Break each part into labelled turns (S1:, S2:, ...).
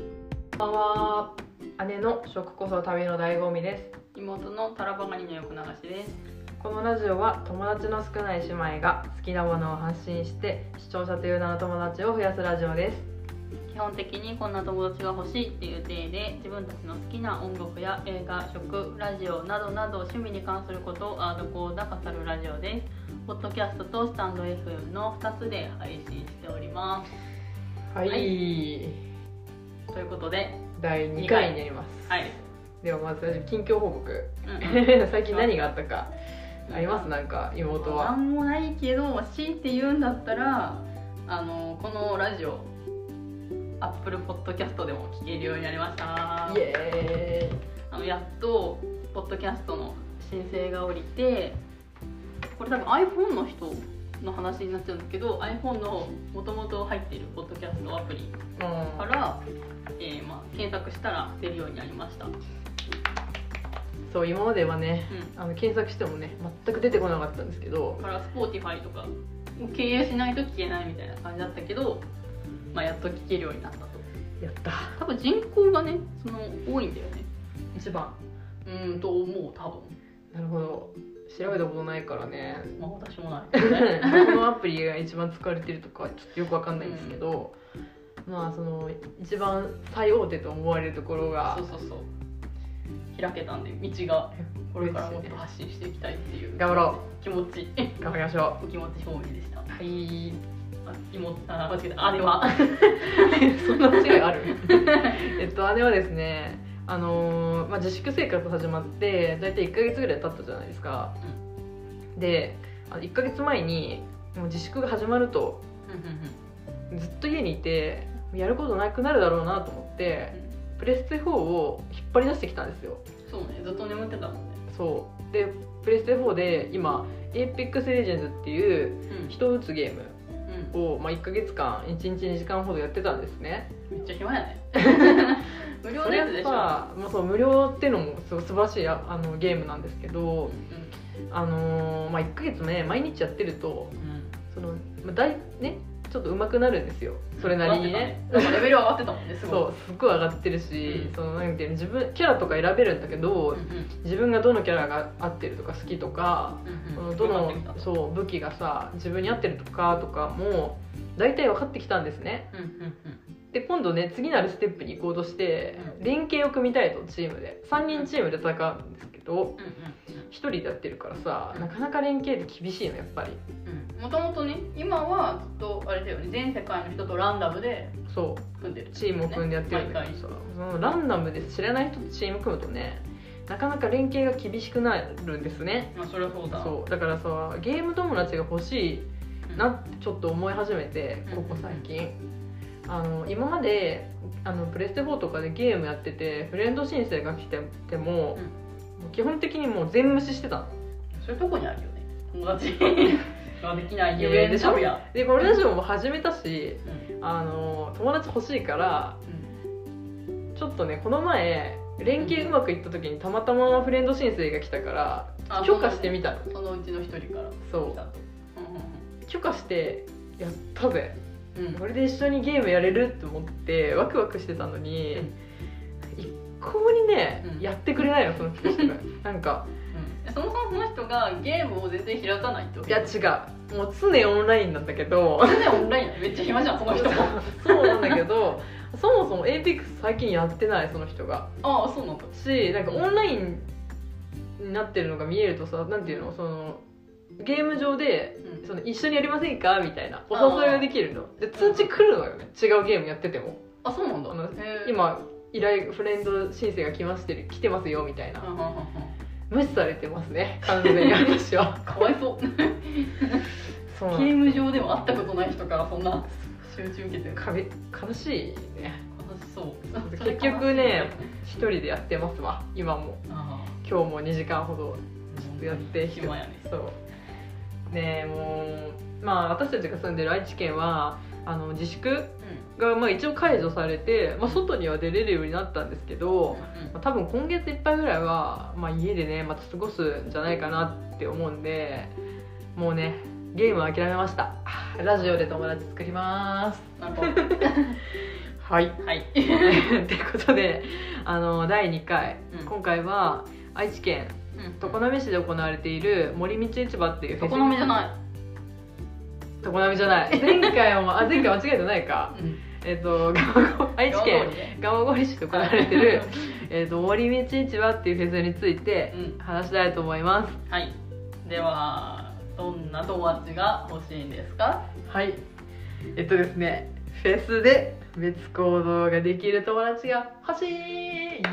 S1: んは
S2: 姉の食こそ旅の醍醐味です
S1: 妹のタラバガニの横流しです
S2: このラジオは友達の少ない姉妹が好きなものを発信して視聴者という名の友達を増やすラジオです
S1: 基本的にこんな友達が欲しいっていう体で自分たちの好きな音楽や映画食ラジオなどなど趣味に関することをアードコーダ語るラジオですポッドキャストとスタンド FM の2つで配信しておりま
S2: はい、
S1: はすということで
S2: 第2回になります、
S1: はい、
S2: ではまず近況報告
S1: うん
S2: 最近何があったかありますなんか妹
S1: な
S2: は
S1: んもないけど強いて言うんだったらあのこのラジオアップルポッドキャストでも聞けるようになりました
S2: イエ
S1: あのやっとポッドキャストの申請が降りてこれ多分 iPhone の人の話になっちゃうんだけど iPhone のもともと入っているポッドキャストアプリ
S2: ーイうん
S1: から、えーまあ、検索したら出るようになりました、うん、
S2: そう今まではねあの検索してもね全く出てこなかったんですけど
S1: だから Spotify とかもう経由しないと聞けないみたいな感じだったけど、まあ、やっと聞けるようになったと
S2: やった
S1: 多分人口がねその多いんだよね
S2: 一番
S1: うーんと思う多分
S2: なるほど調べたことないからね
S1: まあ私もない
S2: どのアプリが一番使われてるとかちょっとよくわかんないんですけど、まあその一番最大手と思われるところが
S1: そうそうそう開けたんで道がこれからもっ
S2: 嬉しい
S1: と
S2: ね
S1: 発信していきたいっていう
S2: 頑張ろ
S1: 気持ち
S2: う頑張りましょ
S1: お気持ち表明でした
S2: うはい
S1: あ妹あ間違えた姉は
S2: そんな違いあるえっとあれはですねあのーまあ、自粛生活始まって大体1ヶ月ぐらい経ったじゃないですか、であの1ヶ月前にもう自粛が始まるとずっと家にいてやることなくなるだろうなと思ってプレステ4を引っ張り出してきたんですよ
S1: そうねずっと眠ってたもんね
S2: そうでプレステ4で今「Apex Legends」っていう人を打つゲーム
S1: う
S2: を、まあ、1ヶ月間1日2時間ほどやってたんですね
S1: んめっちゃ暇や ね無料
S2: そ
S1: の
S2: れ
S1: やつでしょ
S2: はもうそう無料ってのもすごい素晴らしいああのゲームなんですけど、あのーまあ、1ヶ月ね毎日やってると
S1: うんうん
S2: その、まあ、だいねちょっと上手くなるんですよそれなりにね。
S1: 上がってたなんかレベル上がってたもんねすごい
S2: そうすっごい上がってるし、
S1: うん
S2: そのなんていうの自分キャラとか選べるんだけど、
S1: うんうん
S2: 自分がどのキャラが合ってるとか好きとか、そ
S1: うんう
S2: の
S1: ん
S2: ど
S1: 上がっ
S2: の
S1: てきた
S2: そう武器がさ自分に合ってるとかとかも大体分かってきたんですね
S1: うんうんうん
S2: で今度ね次なるステップに行こうとして、
S1: うん
S2: 連携を組みたいとチームで3人チームで戦うんですけど1人でやってるからさなかなか連携って厳しいのやっぱり
S1: もともとね今はずっとあれだよね全世界の人とランダムで
S2: そ
S1: 組んでる
S2: うチームを組んでやってるんだけどさ、そのランダムで知らない人とチーム組むとねなかなか連携が厳しくなるんですね
S1: まあそれはそうだ
S2: そうだからさゲーム友達が欲しいなってちょっと思い始めて
S1: うん
S2: ここ最近、あの今まであのプレステ4とかでゲームやっててフレンド申請が来てても、基本的にもう全無視してたの
S1: そういうとこにあるよね 友達ができない
S2: いや
S1: ゆ
S2: いや
S1: えんそうや
S2: でこれラジオも始めたし
S1: うんうん
S2: あの友達欲しいからちょっとねこの前連携うまくいった時にたまたまフレンド申請が来たから
S1: あ
S2: 許可してみたの
S1: そのうちの一人から
S2: そう
S1: 来たと
S2: 許可してやったぜ
S1: うんうんうんうん
S2: これで一緒にゲームやれると思ってワクワクしてたのに、一向にね、
S1: うん
S2: やってくれないのその人たちがなんか
S1: うんそもそもその人がゲームを全然開かないって
S2: いや違うもう常オンラインなんだけど
S1: 常にオンラインやめっちゃ暇じゃんその人も
S2: そうなんだけど そもそも APEX 最近やってないその人が
S1: ああそうなんだ
S2: しなんかオンラインになってるのが見えるとさなんていうのそのゲーム上で
S1: うん
S2: その一緒にやりませんかみたいなお誘いができるので通知来るのよね違うゲームやってても
S1: あそうなんだ
S2: あの
S1: へー
S2: 今依頼フレンド申請が来ましてる来てますよみたいな
S1: うんうんうんうん
S2: 無視されてますね完全に私 は
S1: かわいそう
S2: そう
S1: ゲーム上でも会ったことない人からそんな集中受けてるか
S2: かべ悲しいね
S1: 悲しそう
S2: 結局ね一人でやってますわ今も
S1: あ
S2: 今日も2時間ほど
S1: あ
S2: やってきて
S1: 暇やね
S2: そうねえもうまあ私たちが住んでる愛知県はあの自粛がまあ一応解除されて、まあ、外には出れるようになったんですけ
S1: うん
S2: ど、
S1: うん
S2: まあ、多分今月いっぱいぐらいは、まあ、家でねまた過ごすんじゃないかなって思うんでもうねゲームは諦めましたラジオで友達作ります
S1: なんか
S2: はい
S1: はい。
S2: ということであの第2回、
S1: うん
S2: 今回は愛知県常滑市で行われている森道市場っていう
S1: 常滑じゃな
S2: 常滑じゃない前回はあ前回間違えてないか
S1: い。うん
S2: えっと蒲郡愛知県。蒲郡市で行われてる、えっと森道市場っていうフェスについて
S1: うん
S2: 話したいと思います
S1: はい。では、どんな友達が欲しいんですか。
S2: はいえっとですねフェスで別行動ができる友達が欲しいイ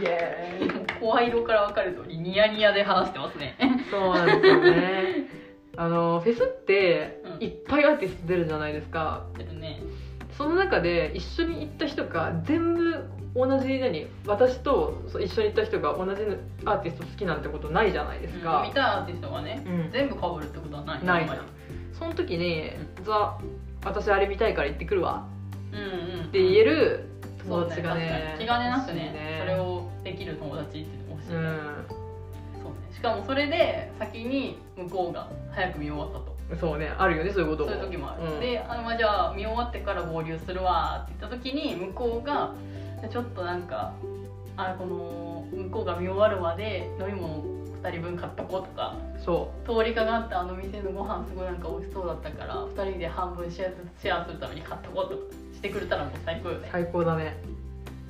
S2: エーイ
S1: 声色から分かる通り、ニヤニヤで話してますね。
S2: そうなんですよ ねあのフェスって
S1: うん
S2: いっぱいアーティスト出るじゃないですか
S1: ですね。
S2: その中で一緒に行った人が全部同じ何私とそう一緒に行った人が同じアーティスト好きなんてことないじゃないです
S1: うん
S2: か
S1: 見、たアーティストがね、
S2: うん
S1: 全部被るってことはない。
S2: ない
S1: あんまり
S2: その時に「ザ私あれ見たいから行ってくるわ」
S1: うんうん。
S2: って言える
S1: そ
S2: 友
S1: うだ
S2: 達
S1: ね。
S2: が
S1: 確か
S2: ね
S1: に気兼ねなく
S2: 欲しい
S1: ね、それをできる友達って欲しいね。そうね。しかもそれで先に向こうが早く見終わったと。
S2: うんそうねあるよねそういうこと
S1: そう
S2: も
S1: いう時もある、
S2: うん
S1: であのまあじゃあ見終わってから合流するわって言った時に向こうがちょっとなんかあこの向こうが見終わるまで飲み物2人分買っとこうとか
S2: そ
S1: 通りかかったあの店のご飯すごいなんか美味しそうだったから2人で半分シェアシェアするために買っとこうとかしてくれたらもう最高よ
S2: う
S1: ね
S2: 最高だね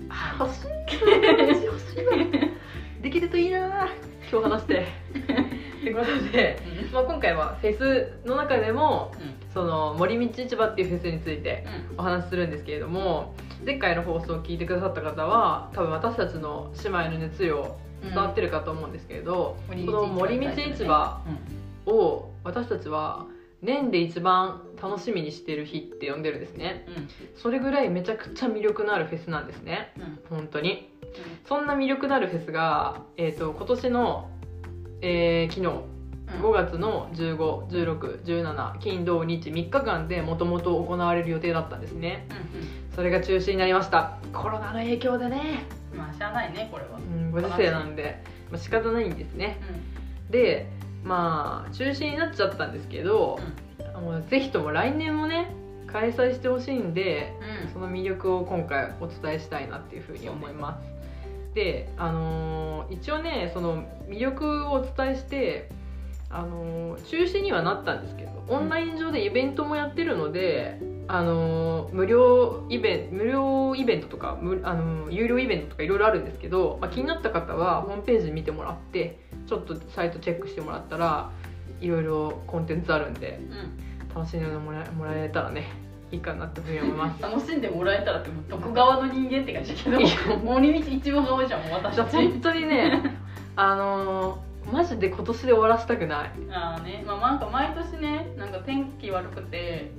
S1: はい
S2: 欲しい欲しいできるといいな今日話して ということで、まあ、今回はフェスの中でも
S1: うんうん
S2: その森道市場っていうフェスについて
S1: うん
S2: お話しするんですけれども前回の放送を聞いてくださった方は多分私たちの姉妹の熱量伝わってるかと思うんですけれど、この森道市場を私たちは年で一番楽しみにしてる日って呼んでるんですね
S1: うん
S2: それぐらいめちゃくちゃ魅力のあるフェスなんですね
S1: うん
S2: 本当にそんな魅力のあるフェスが、えー、と今年の、えー昨日
S1: うん
S2: 5月の151617金土日3日間でもともと行われる予定だったんですね
S1: うん
S2: それが中止になりましたコロナの影響でね、
S1: うんまあしゃあないねこれは
S2: うん、ご時世なんで、まあ、仕方ないんですね
S1: う
S2: でまあ中止になっちゃったんですけど、あのぜひとも来年もね開催してほしいんで
S1: んうん
S2: その魅力を今回お伝えしたいなっていうふうに思います。で、あのー一応ねその魅力をお伝えして、あのー中止にはなったんですけどオンライン上でイベントもやってるので、あのー無料イベント無料イベントとか、無あのー有料イベントとかいろいろあるんですけど、まあ、気になった方はホームページ見てもらってちょっとサイトチェックしてもらったらいろいろコンテンツあるんで
S1: うん
S2: 楽しんでもらえもらえたらねいいかなってふうに思い ます。
S1: 楽しんでもらえたらって徳川の人間って感じだけど森道一番側じゃんもう私
S2: じゃ
S1: た
S2: あ
S1: ち
S2: 本当に ねあのーマジで今年で終わらせたくない
S1: ああねまあなんか毎年ねなんか天気悪くて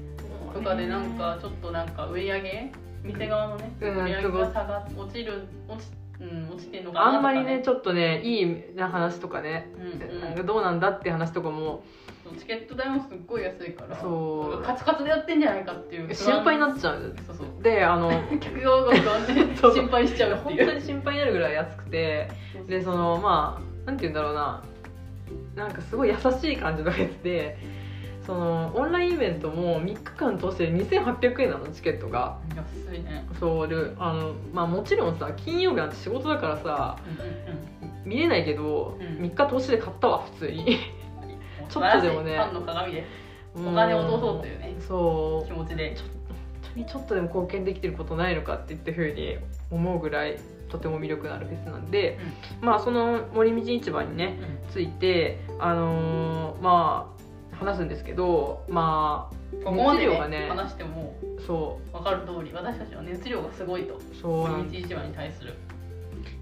S1: とかでなんかちょっとなんか売り上げ店側のね売
S2: うん
S1: り上げが下が落ちる落ち,、うん、落ちてんのかなと
S2: あ
S1: か、
S2: んまりねちょっとねいいな話とかね、
S1: うんうん
S2: なんかどうなんだって話とかも
S1: チケット代もすっごい安いから
S2: そう
S1: なんかカツカツでやってんじゃないかっていう
S2: 心配に
S1: な
S2: なっちゃう
S1: そうそう
S2: であの
S1: 客側が不安 で
S2: そう
S1: 心配しちゃうって
S2: 本
S1: い
S2: 当
S1: う
S2: に心配になるぐらい安くてでそのまあなんて言うんだろうななんかすごい優しい感じのやつでそのオンラインイベントも3日間通して2800円なのチケットが
S1: 安いね
S2: そうであのまあもちろんさ金曜日なんて仕事だからさ
S1: うんうんうん
S2: 見れないけど、
S1: うん
S2: 3日通しで買ったわ普通に
S1: ちょっとでもねファンの鏡で
S2: お
S1: お金を通そうというね
S2: そう
S1: 気持ちで
S2: 本当にちょっとでも貢献できてることないのかっていったふうに思うぐらいとても魅力のあるフェスなんで、まあその森道市場にねついてあのーまあ話すんですけどま
S1: ここまで
S2: 熱量が
S1: ね
S2: ね
S1: 話しても
S2: あそ
S1: 分かる通り私たちの熱量がすごいと
S2: うそうな
S1: 毎
S2: ん
S1: 日市場に対する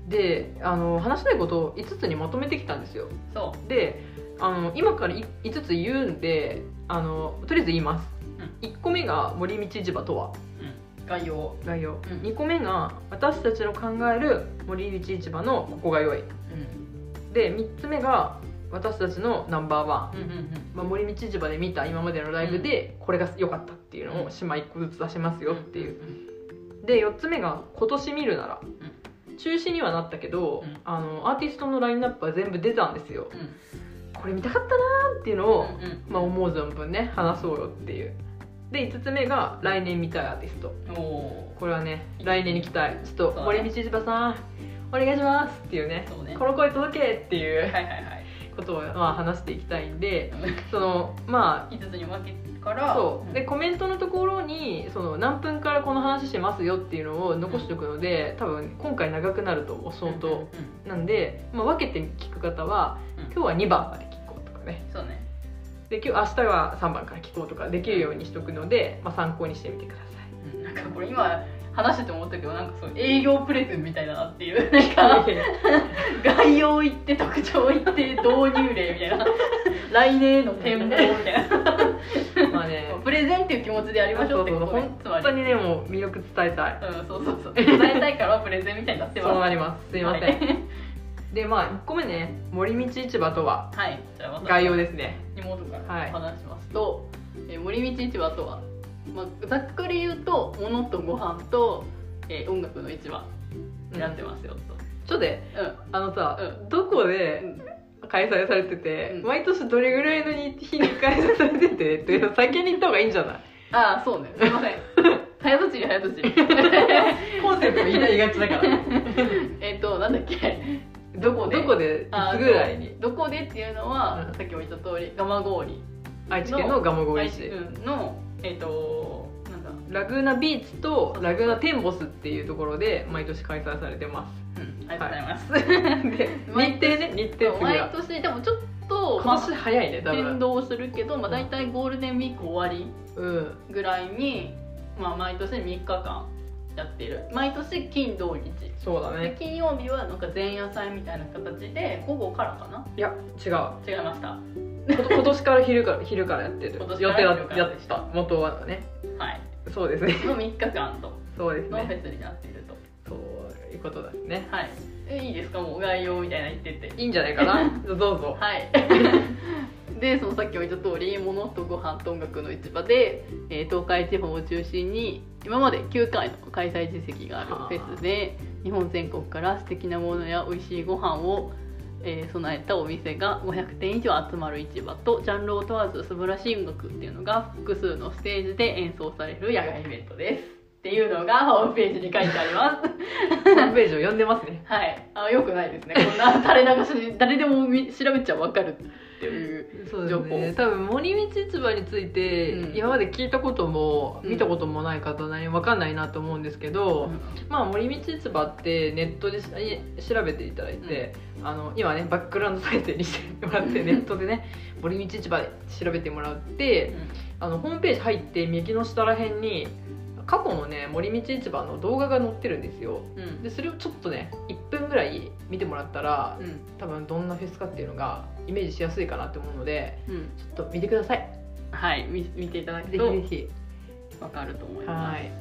S2: で、あの話したいことを5つにまとめてきたんですよ
S1: そ
S2: であの今からい5つ言うんであのとりあえず言います、1個目が森道市場とは
S1: う概要
S2: 概要、
S1: うん
S2: 2個目が私たちの考える森道市場のここが良い
S1: うん
S2: で3つ目が私たちのナンバーワン、
S1: うんうん
S2: まあ、森道市場で見た今までのライブでこれが良かったっていうのを姉妹1個ずつ出しますよっていうで4つ目が今年見るなら中止にはなったけど、
S1: うん
S2: あのアーティストのラインナップは全部出たんですよ
S1: うん
S2: これ見たかったなーっていうの
S1: う
S2: を
S1: んうん
S2: まあ、思う存分ね話そうよっていうで5つ目が来年見たいアーティスト
S1: おお
S2: これはね来年に期待ちょっと
S1: そう
S2: 森道千葉さんお願いしますっていうね
S1: そうね
S2: この声届けってい
S1: はいうはいはい
S2: ことをまあ話していきたいんでそのまあ
S1: 5つに分けてから
S2: そうで
S1: で
S2: コメントのところにその何分からこの話してますよっていうのを残しておくので多分今回長くなると相当なんで、まあ、分けて聞く方は
S1: うん
S2: 今日は2番まで聞こうとかね
S1: そうね
S2: で今日明日は3番から聞こうとかできるようにしておくので、まあ、参考にしてみてください。
S1: うんなんかこれ今話してて思ったけどなんかそう営業プレゼンみたいだなっていうなんか概要言って特徴言って導入例みたい な来年への展望みたいな
S2: まあね
S1: プレゼンっていう気持ちでやりましょうってことねつま
S2: 本
S1: り
S2: 当にねもう魅力伝えたい
S1: うんそうそうそう伝えたいからプレゼンみたいになって
S2: そう
S1: ま
S2: な
S1: す
S2: りますすいません、でまあ1個目ね森道市場とは
S1: はいじゃあまた
S2: 概要ですね
S1: 妹から
S2: はい
S1: 話しますと、えー森道市場とは、まあ、ざっくり言うと物とご飯と、えー音楽の市場になってますよと、
S2: ちょっとね
S1: う
S2: あのさ、
S1: う
S2: どこで
S1: ん
S2: 開催されてて、
S1: うん
S2: 毎年どれぐらいの日に開催されててっていうの先に行った方がいいんじゃない
S1: ああそうねすい ません早とちり早とちり
S2: コンセプトみんな言いがちだから
S1: えっとなんだっけ
S2: どこ
S1: ど
S2: ど
S1: こ
S2: こでい
S1: あー
S2: つぐらいに
S1: どこでっていうのは、
S2: うん
S1: さっきも言った通り蒲郡
S2: 愛知県の蒲
S1: 愛
S2: 郡
S1: 知
S2: 市
S1: 県のえっ、となんだ
S2: ラグーナビーチとラグーナテンボスっていうところで毎年開催されてま
S1: うんありがとうございます、
S2: す で日
S1: 毎
S2: 程
S1: 年
S2: ね日程
S1: で
S2: 次
S1: も毎
S2: は
S1: 年でもちょっと、
S2: 今
S1: まあ
S2: 年、早いね多
S1: 変
S2: 分
S1: 動するけど、まあ、大体ゴールデンウィーク終わり
S2: うん
S1: ぐらいに、まあ、毎年3日間やってる毎年金土日
S2: そうだ
S1: で
S2: ね
S1: 金曜日はなんか前夜祭みたいな形で午後からかない
S2: や違うこ
S1: 違いましたは
S2: 今年から昼から昼からやってる
S1: 今年
S2: 予
S1: から
S2: 定
S1: 昼から
S2: だやってた元はね
S1: い
S2: そうですね
S1: の3日間と
S2: そうです
S1: のフ
S2: ね
S1: ェスになっていると
S2: そういうことですね
S1: はいえいいですかもう概要みたいな言ってて
S2: いいんじゃないかな どうぞ
S1: はい でそのさっきも言った通り物とご飯と音楽の市場で、えー東海地方を中心に今まで9回の開催実績があるフェスで日本全国から素敵なものや美味しいご飯を、えー備えたお店が500店以上集まる市場とジャンルを問わず素晴らしい音楽っていうのが複数のステージで演奏される野外イベントですっていうのがホームページに書いてあります
S2: ホームページを読んでますね
S1: はい、あよくないですねこんな垂れ流しで誰でもみ調べちゃわかるっていう
S2: そうです
S1: 情報
S2: ね多分森道市場について、
S1: うん
S2: 今まで聞いたことも
S1: うん
S2: 見たこともない方なり分かんないなと思うんですけど、まあ森道市場ってネットでし調べていただいて、あの今ねバックグラウンド再生にしてもらって
S1: うん
S2: ネットでね森道市場で調べてもらって、あのホームページ入って右の下ら辺に過去のね森道市場の動画が載ってるんですよ
S1: うんうん
S2: でそれをちょっとね1分ぐらい見てもらったら多分どんなフェスかっていうのがイメージしやすいかなと思うので
S1: うんうん
S2: ちょっと見てください
S1: はい見見ていただく
S2: ぜひ
S1: と
S2: ぜひ
S1: わかると思いま
S2: はい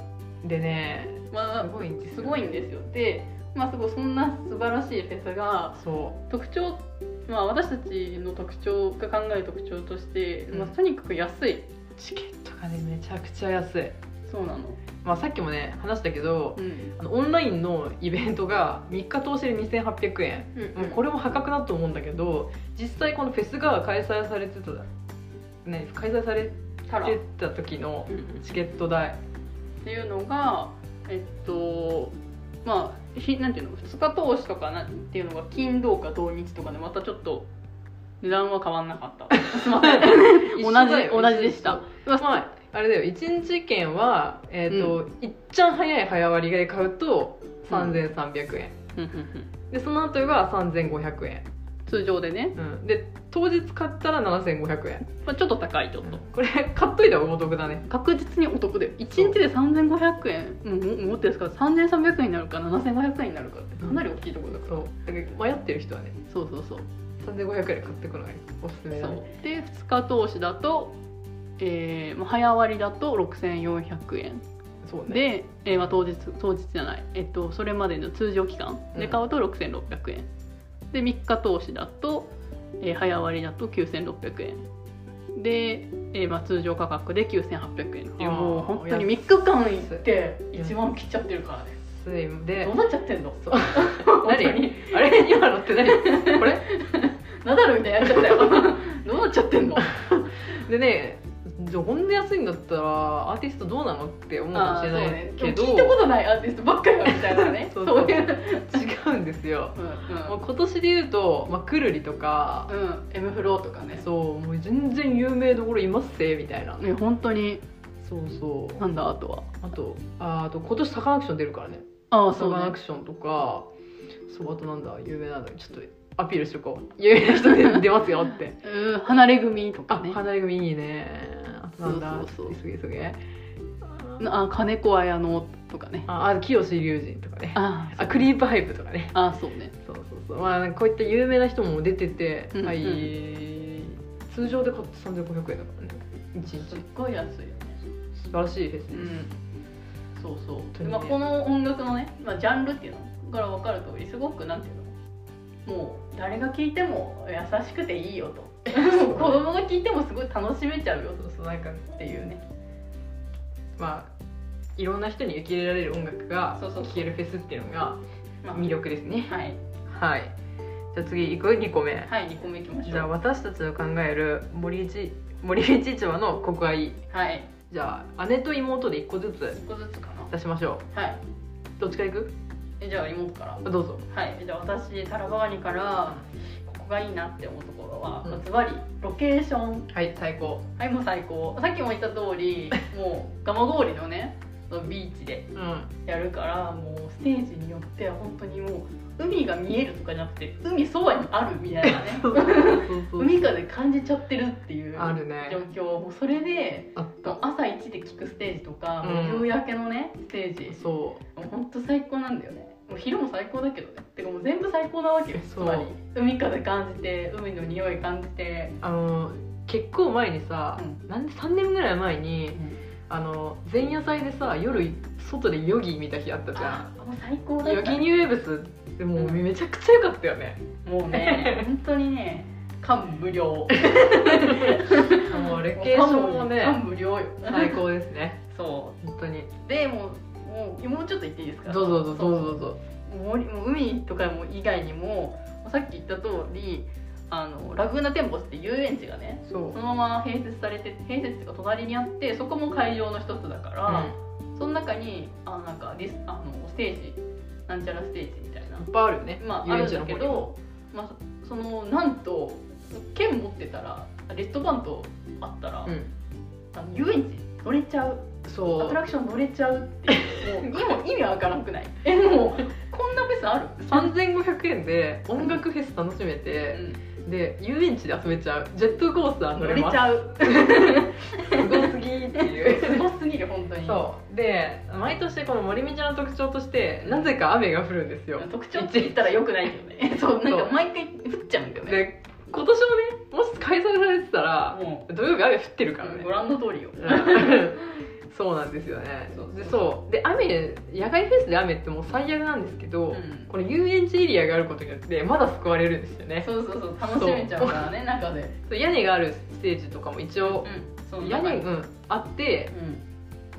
S2: でね
S1: す、ますあ、
S2: ごいんですよ
S1: すごいんですよで、まあ、すごいそんな素晴らしいフェスが
S2: そ
S1: 特徴、まあ、私たちの特徴が考える特徴として、
S2: うん
S1: まあ、とにかく安いう
S2: チケットがねめちゃくちゃ安い、
S1: そうなの、
S2: まあ、さっきもね話したけど
S1: うん
S2: あのオンラインのイベントが3日通しで2800円もうこ
S1: れ
S2: れも破格だと思うんだけど実際このフェスが開催されてたね開催され
S1: から、
S2: てた時の
S1: うん
S2: チケット代
S1: っていうのがえっとまあひなんていうの2日通しとかなっていうのが金土か土日とかでまたちょっと値段は変わんなかったすいません
S2: 一
S1: 同
S2: 緒だ
S1: じ
S2: よ
S1: 同じでした
S2: まああれだよ1日券はえっ、と、いっちゃん早い早割りで買うと3300円、
S1: うんうんうん
S2: でその後が3500円、
S1: 通常でね、
S2: うん、で当日買ったら7500円
S1: まあ、ちょっと高いちょっと
S2: これ買っといた方がお得だね
S1: 確実にお得で1日で3500円うん持ってるんですから3300円になるか7500円になるかってかなり大きいところだから、
S2: そうだから迷ってる人はね
S1: そうそうそう
S2: 3500円で買ってくのがおすすめだ
S1: そう
S2: ね
S1: で2日通しだと、えーまあ、早割りだと6400円
S2: そうね
S1: で、えーまあ、当日当日じゃない、えっと、それまでの通常期間で買うと6600円、で3日投資だと、えー早割りだと9600円で、えーまあ、通常価格で9800円っていう
S2: あー
S1: もう本当に
S2: 安
S1: 3
S2: い
S1: 日間行って1万切っちゃってるからね
S2: 安いで
S1: どうなっちゃってんの
S2: そう
S1: 本当に
S2: 何あれ今のって何 これ
S1: ナダルみたいになっちゃったよどうなっちゃってんの
S2: でねじゃあ本音安いんだったらアーティストどうなのって思うかも
S1: あ
S2: しれ
S1: ーそう
S2: ない
S1: ねで
S2: け
S1: も
S2: ど、
S1: 聞いたことないアーティストばっかりはみたいなね
S2: そ
S1: そう
S2: そ
S1: う
S2: う
S1: いう
S2: 違うんですよ
S1: うん
S2: もう今年で言うと、まあ、くるりとか、
S1: うん、うん、M フローとかね
S2: そうもう全然有名どころいますせみたいな、
S1: ね本当に
S2: そうそう
S1: なんだあとは
S2: あとああと今年サカナクション出るからね
S1: ああ
S2: サ
S1: そう
S2: カナ
S1: ね
S2: クションとかそうあとなんだ有名なんだちょっとアピールしとこう有名な人で出ますよ って
S1: うん離れ組と
S2: あ、
S1: かね
S2: 花組いいねあとなんだ
S1: そうそうそう
S2: 急げ急げ
S1: あ金子綾乃とかね
S2: ああ清志龍神とかね
S1: ああ
S2: あクリープハイプとかね
S1: あそうね
S2: そうそうそうまあこういった有名な人も出てて、
S1: うんうん
S2: はい通常で買って3500円だからね1日
S1: すっごい安いよね
S2: 素晴らしいフェスで
S1: う
S2: す、
S1: んそうそう
S2: 当
S1: で、
S2: にね
S1: まあ、この音楽のね、まあ、ジャンルっていうのから分かる通りすごくなんていうのもう誰が聴いても優しくていいよと 子供が聴いてもすごい楽しめちゃうよ
S2: そうそうなんか
S1: っていうね
S2: まあいろんな人に受け入れられる音楽が
S1: そうそうそう
S2: 聴けるフェスっていうのが
S1: まあ
S2: 魅力ですね
S1: はい
S2: はいじゃあ次いく2個目
S1: はい2個目いきまし
S2: じゃあ
S1: ょう
S2: 私たちの考える森市森道市場の告愛
S1: はい
S2: じゃあ姉と妹で1個ずつ
S1: 1個ずつか
S2: 出しましょ
S1: なはいう
S2: どっちからいく
S1: えじゃあ妹から
S2: どうぞ
S1: はいじゃあ私タラバガニからここがいいなって思うところは、
S2: うん
S1: ズバリロケーション
S2: はい最高
S1: はいもう最高さっきも言った通り もう蒲郡のねそのビーチで
S2: うん
S1: やるからもうステージによっては本当にもう海が見えるとかじゃなくて海そばにあるみたいなね
S2: そうそうそう
S1: 海風感じちゃってるっていう
S2: あ
S1: 状
S2: るね
S1: 況もうそれで
S2: あった
S1: 朝一で聴くステージとか、
S2: うん
S1: もう夕焼けのねステージ
S2: そ
S1: もう本当最高なんだよねもう昼も最高だけどねてかもう全部最高なわけよつ
S2: そう
S1: まり海風感じて海の匂い感じて
S2: うあの結構前にさ、
S1: う
S2: なんで3年ぐらい前に、
S1: ん
S2: あの前夜祭でさ夜外でヨギ見た日あったじゃ
S1: あもう最高だ
S2: んヨ
S1: った
S2: ギニューウェブスでもうめちゃくちゃ良かったよね、
S1: も うね本当にね感無量
S2: もうレケーションもね
S1: 感無量よ
S2: 最高ですね
S1: そ
S2: 本当に
S1: うでもうもうもうちょっと言っていいですか
S2: どうぞどうぞ
S1: そ
S2: どうぞどうぞ
S1: 森もう海とかも以外にもさっき言った通りあのラグーナテンポスっていう遊園地がね
S2: そう
S1: そのまま併設されて併設とか隣にあってそこも会場の一つだから、その中にあなんかディスあのステージなんちゃらステージみたいな
S2: うん、いっぱいあるよね、
S1: まあ、
S2: 遊
S1: ある
S2: 園
S1: ん
S2: 地
S1: だ
S2: の方
S1: け
S2: にも
S1: ど、まあ、そのなんと剣持ってたらレッドバンドあったら、
S2: うん
S1: あの遊園地乗れちゃう
S2: そ
S1: アトラ
S2: う
S1: クション乗れちゃうっていう もう今意味わからんくないえもうこんなフェスある、
S2: 3500円で音楽フェス楽しめて、で遊園地で遊べちゃうジェットコースター乗
S1: 乗
S2: れ
S1: れち
S2: ます
S1: ゃう
S2: すごすぎって いう
S1: すごすぎる本当に
S2: そうで毎年この森道の特徴としてなぜか雨が降るんですよ
S1: 特徴って言ったらよくないけどね そうなんか毎回降っちゃうんだよね
S2: で今年もねもし開催されてたら
S1: も
S2: 土曜日雨降ってるから
S1: う
S2: ね
S1: ご覧の通りよ
S2: うん そうなんですよね
S1: そうそう
S2: でそうで雨野外フェスで雨ってもう最悪なんですけど、
S1: うん
S2: これ遊園地エリアがあることによってまだ救われるんですよね
S1: そうそうそう楽しめちゃうからね中で
S2: そう屋根があるステージとかも一応
S1: う、んそう
S2: 屋根、
S1: 中に
S2: うんあって、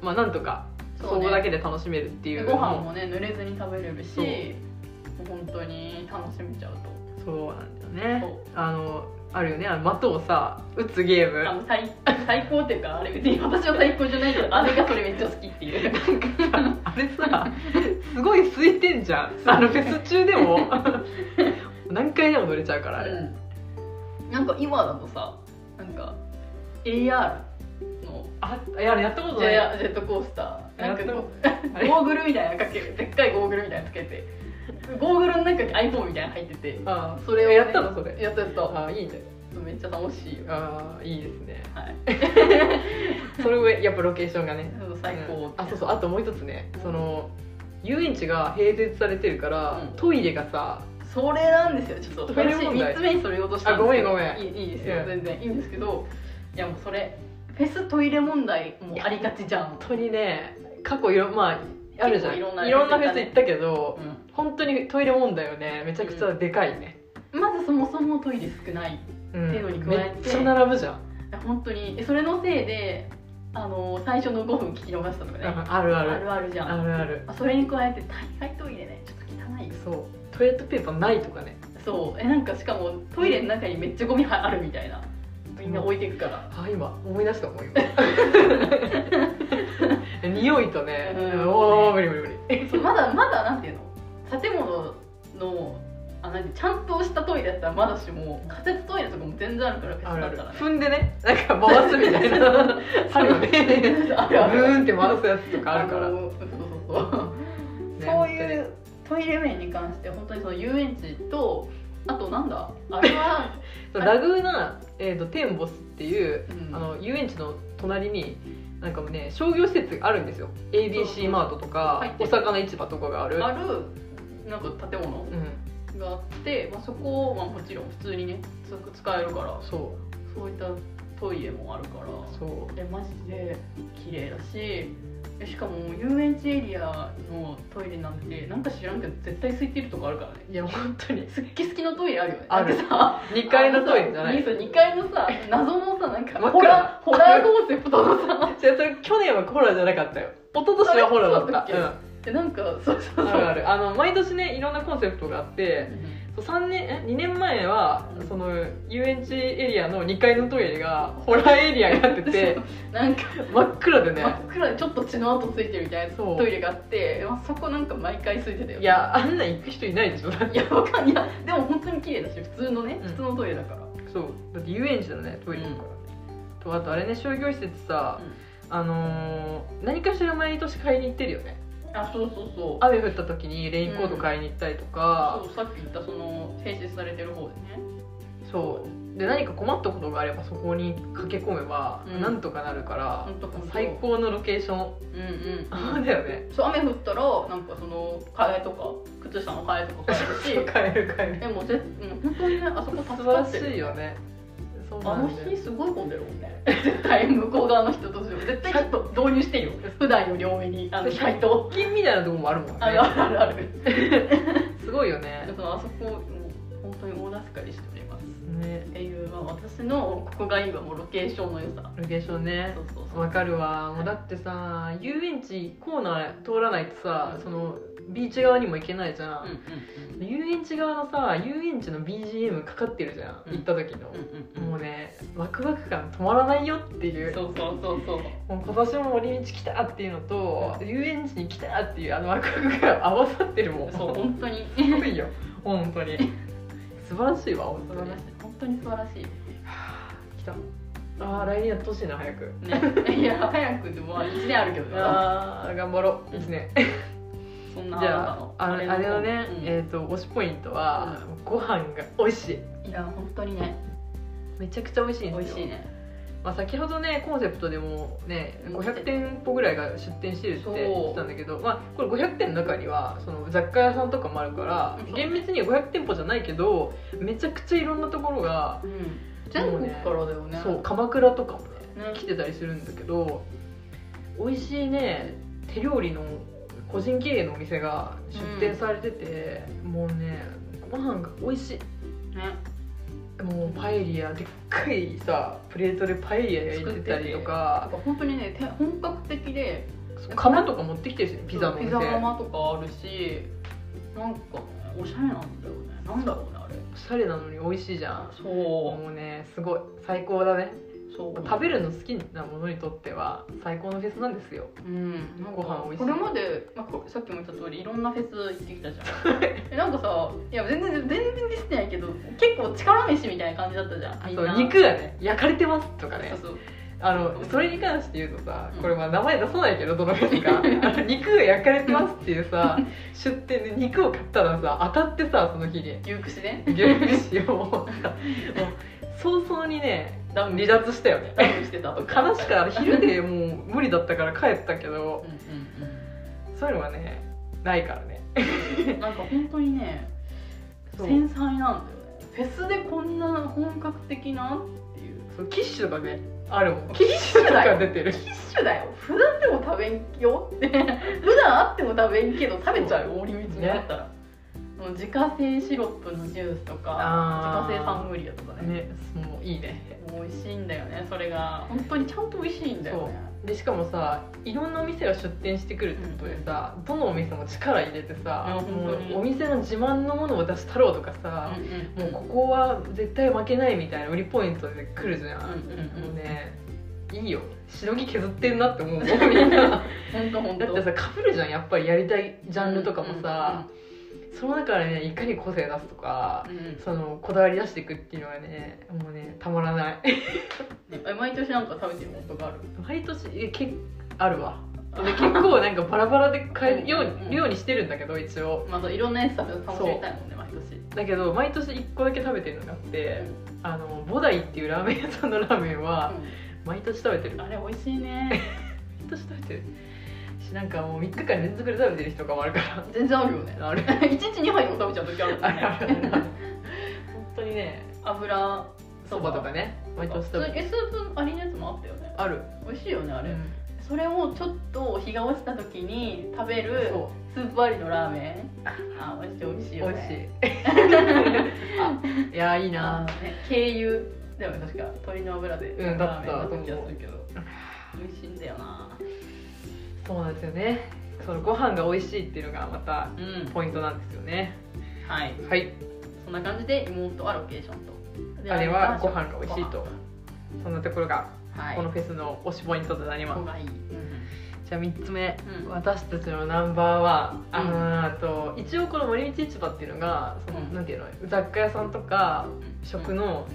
S1: うん
S2: まあ、なんとかそ
S1: そうね
S2: こだけで楽しめるっていう
S1: ご
S2: の
S1: 飯もね濡れずに食べれるし
S2: そう
S1: もう本当に楽しめちゃうと
S2: そうなんだよね
S1: そう
S2: あのあるよねあの的をさ打つゲーム
S1: あの最 最高っていうかあれ別に私は最高じゃないけど姉がそれめっちゃ好きっていう
S2: あれさすごい空いてんじゃんあのフェス中で も何回でも乗れちゃうからあれ、
S1: うんなんか今だとさなんか AR の
S2: あいやあれやったこと
S1: ジ
S2: ない
S1: ェジェットコースターなんかこ
S2: あ
S1: う
S2: れ
S1: ゴーグルみたいなのかけるでっかいゴーグルみたいなのつけてゴーグルの中に iPhone みたいなの入ってて
S2: あ
S1: それをね、
S2: やったのそれ
S1: やったやった
S2: あいいね
S1: めっちゃ楽しいよ
S2: あいいですね
S1: はい
S2: それ上やっぱロケーションがね
S1: そう最高、
S2: うんあそうそうあともう一つね、
S1: うん
S2: その遊園地が併設されてるから、
S1: うん
S2: トイレがさ
S1: それなんですよちょっと
S2: それ
S1: 私
S2: 問題
S1: 3つ目にそれ言おうとしたんですけど
S2: あごめんごめ
S1: いいいいですよ、
S2: うん
S1: 全然いいんですけどいやもうそれフェストイレ問題もありがちじゃん
S2: 本当にね過去いろまああるじゃんい
S1: 結構
S2: ろ
S1: いろんなん
S2: なフェス行ったけど、
S1: う
S2: 本当にトイレ問題よねめちゃくちゃでかいね、
S1: んまずそもそもトイレ少ない
S2: うん
S1: 手のに加
S2: め
S1: えて
S2: っちゃ並ぶじゃん、
S1: 本当にそれのせいであの最初の5分聞き逃したとかね、
S2: うんあるあ
S1: あ
S2: る
S1: るあるじゃ
S2: あ
S1: ん
S2: るある
S1: あそれに加えて大概トイレねちょっと汚いよ
S2: そうトイレットペーパーないとかね
S1: そうえなんかしかもトイレの中にめっちゃゴミはあるみたいなみんな置いていくから、
S2: あ今思い出したも ん今匂いとね、
S1: うん
S2: おお無理無理無理
S1: そうまだまだなんていうの建物のあなんてちゃんとしたトイレだったらまだしも仮設トイレとかも全然あるから別
S2: ある
S1: だ
S2: あ
S1: っ
S2: る
S1: たらね
S2: 踏んでねなんか回すみたい なあるよね
S1: あ
S2: ブ
S1: るある
S2: ーンって回すやつとかあるから、
S1: あ
S2: ね
S1: のそうそうそうそう
S2: 本
S1: いうトイレ面に関して本当にその遊園地とあとなんだあれは、
S2: 当にラグーナ、えー、とテンボスっていう
S1: うん
S2: あの遊園地の隣になんかもうね商業施設があるんですよ
S1: そうそう
S2: ABC マートと
S1: 入
S2: か
S1: って
S2: お
S1: る
S2: 魚市場とかがある
S1: あるなんか建物
S2: うん
S1: があって、まあ、そこはもちろん普通にねつ使えるから
S2: そ
S1: そういったトイレもあるから
S2: うそ
S1: えマジで綺麗だしえしかも遊園地エリアのトイレなんてなんか知らんけど絶対空いてるとこあるからね
S2: ういや本当に
S1: すっきすきのトイレあるよね
S2: ある
S1: なんかさ
S2: 2階のトイレじゃない
S1: そう2階のさ謎のさなんか
S2: 真っ暗
S1: ホラーホラーコンセプトのさ
S2: じゃあそれ去年はホラーじゃなかったよ一昨年はホラーだっ
S1: あれ
S2: た
S1: そう
S2: う、
S1: だえなんかそうそうんそ
S2: あるあ
S1: う
S2: るあの毎年ねいろんなコンセプトがあってそう3年え2年前はその遊園地エリアの2階のトイレがホラーエリアになってて
S1: なんか
S2: 真っ暗で
S1: 真
S2: ね
S1: っ暗でちょっと血の跡ついてるみたいな
S2: そう
S1: トイレがあって、まあ、そこなんか毎回空いてたよ
S2: いやあんなん行く人いないでしょ だって
S1: いやわかんないいやでも本当に綺麗だし普通のね、
S2: うん
S1: 普通のトイレだから
S2: そうだって遊園地だねトイレだから、とあとあれね商業施設さ、あのー何かしら毎年買いに行ってるよね
S1: あそうそうそう
S2: 雨降った時にレインコート買いに行ったりとか
S1: そ、うさっき言ったその併設されてる方でね
S2: そうで何か困ったことがあればそこに駆け込めば、
S1: うん
S2: なんとかなるから
S1: ほんとほんと
S2: 最高のロケーション
S1: うんうん
S2: あだよね
S1: そう雨降ったらなんかその替えとか靴下の替えとか買 えるし
S2: 買える買える
S1: でもぜもう本当にねあそこ助
S2: 素晴
S1: からってる
S2: しいよねそう
S1: あ
S2: な
S1: の
S2: んだ
S1: 日
S2: よ
S1: すごい混んでるもんね 絶対向こう側の人としても絶対ちょっと導入してよ普段より多めにあの
S2: そう
S1: 配当
S2: 金みたいなとこもあるもん
S1: あるあ
S2: ね
S1: るあるある
S2: すごいよね
S1: でそのあそこもう本当に大助かりしております
S2: ね
S1: っていう、まあ、私のここが今もうロケーションの良さ
S2: ロケーションね
S1: そうそうそう
S2: わかるわもうだってさ遊園地コーナー通らないとさそのビーチ側にも行けないじゃ、
S1: うんうんん
S2: 遊園地側のさ遊園地の BGM かかってるじゃん、
S1: うん
S2: 行った時の、
S1: うん
S2: もうねワクワク感止まらないよっていう
S1: そうそうそうそう
S2: もう今年も森道来たっていうのと、遊園地に来たっていうあのワクワク感合わさってるもん
S1: そう本当に
S2: すごいよ本当に素晴らしいわ本
S1: 素
S2: 当
S1: 晴
S2: に
S1: らしい本当に素晴らしい
S2: 来たあー来年やってほしいな早く
S1: ねいや早くでも1年あるけどな
S2: あー頑張ろう一年
S1: そんな
S2: じ
S1: な
S2: ゃ
S1: んか
S2: ああれあれのね、
S1: うん
S2: えっ、と推しポイントは、ご飯が美味しい
S1: いや本当にね
S2: めちゃくちゃ美味しいん
S1: 美
S2: です
S1: 味
S2: よ
S1: しいね
S2: まあ、先ほどねコンセプトでもね
S1: うん
S2: 500店舗ぐらいが出店してるって
S1: そう
S2: 言ってたんだけど、まあ、これ500店の中にはその雑貨屋さんとかもあるから
S1: うん
S2: 厳密には500店舗じゃないけどめちゃくちゃいろんなところが、
S1: うん全国からだよね
S2: そう鎌倉とかもね
S1: ね
S2: 来てたりするんだけど美味しいね手料理の個人経営のお店が出店されてて、もうねご飯が美味しい
S1: ね
S2: もうパエリアでっかいさプレートでパエリア焼いてたりと
S1: な
S2: か
S1: んか本当にねて本格的で
S2: そう釜とか持ってきてるしねピザのお
S1: ピ
S2: 店
S1: ザ窯とかあるしなんかねおしゃれなんだよねなんだろうねあれ
S2: おしゃれなのに美味しいじゃん
S1: そ
S2: もうねすごい最高だね
S1: うそう
S2: 食べるの好きなものにとっては最高のフェスなんですよ
S1: うん、なん
S2: ご
S1: か
S2: 飯美味しい
S1: これまで、まあ、こさっきも言った通りいろんなフェス行ってきた じゃんえなんかさいや全然全然ディスってないけど結構力飯みたいな感じだったじゃん
S2: あ
S1: みん
S2: と
S1: な
S2: 肉がね焼かれてますとかね
S1: そうそう
S2: あのそれに関して言うとさ
S1: うん
S2: これまあ名前出さないけどどのフェス かあの肉が焼かれてますっていうさ出店で肉を買ったらさ当たってさその日に
S1: 牛 串ね
S2: 牛串をもう早々にね
S1: ダウン
S2: 離脱したよね
S1: ダウンしてたとか
S2: 悲しくあれ昼でもう無理だったから帰ったけど
S1: うんうん
S2: そういうのはねないからね
S1: うんなんか本当にね
S2: そう
S1: 繊細なんだよねフェスでこんな本格的なっていう
S2: そうキッシュとかねあるもんキ
S1: キ
S2: ッ
S1: ッ
S2: シ
S1: シ
S2: ュ
S1: ュ
S2: と
S1: だ
S2: か
S1: よ
S2: 出てる
S1: キッシュだよ普段でも食べんよ って普段あっても食べんけど食べちゃうよ折り道にあったら、もう自家製シロップのジュースとか
S2: あ
S1: 自家製サングリアとかね
S2: ねもういいね
S1: 美味しいんだよねそれが本当にちゃんと美味しいんだよね
S2: でしかもさいろんなお店が出店してくるってことでさ、どのお店も力入れて
S1: いや
S2: さも
S1: 本当に
S2: うお店の自慢のものを出したろうとかさ、もうここは絶対負けないみたいな売りポイントで来るじゃん、
S1: うんうんうん
S2: もうねいいよしのぎ削ってんなって思うもんみんな
S1: 本 当本
S2: だっ
S1: 当
S2: てさかぶるじゃんやっぱりやりたいジャンルとかもさ、その中でねいかに個性出すとか
S1: うんうんうん
S2: そのこだわり出していくっていうのはねもうねたまらない
S1: え毎年なんか食べてることがある
S2: 毎年えけあるわで結構なんかバラバラで買えるよう
S1: うんうんうん
S2: にようにしてるんだけど一応
S1: まあそういろんなやつ食べるかもしれないもんね毎年
S2: だけど毎年1個だけ食べてるのがあってあのボダイっていうラーメン屋さんのラーメンは毎年食べてる
S1: あれ美味しいね
S2: 毎年食べてるしなんかもう3日間連続で食べてる日とかもあるから
S1: 全然あるよね
S2: あれ
S1: 一日2杯も食べちゃう時あるもん
S2: あ れあれあれ
S1: ね
S2: 本当にね
S1: 油
S2: そばとかね毎年食べてる
S1: えスープありのやつもあったよね
S2: ある
S1: 美味しいよねあ
S2: あ
S1: れ、それをちょっと日が落ちた時に食べる
S2: そ
S1: スープありのラーメンあ美味しい美味し
S2: う美
S1: いよ
S2: 味し
S1: ね
S2: いいやいい
S1: あ
S2: な
S1: ーね軽油だよね確か鶏の油で
S2: うんだった
S1: ラーメンだった気がするけど美味しいんだよな
S2: そうなんですよねそのご飯が美味しいっていうのがまた
S1: うん
S2: ポイントなんですよね
S1: はい
S2: はい
S1: そんな感じで妹はロケーションとで
S2: あれはご
S1: 姉
S2: 飯が美味しいとそんなところが
S1: はい
S2: このフェスの推しポイントとなり
S1: ここ
S2: ま
S1: がいい、うん
S2: すじゃあ3つ目
S1: うん
S2: 私たちのナンバーワン
S1: うん
S2: あーと一応この森道市場っていうのがその
S1: うん
S2: なんていうの雑貨屋さんとか食
S1: うん
S2: の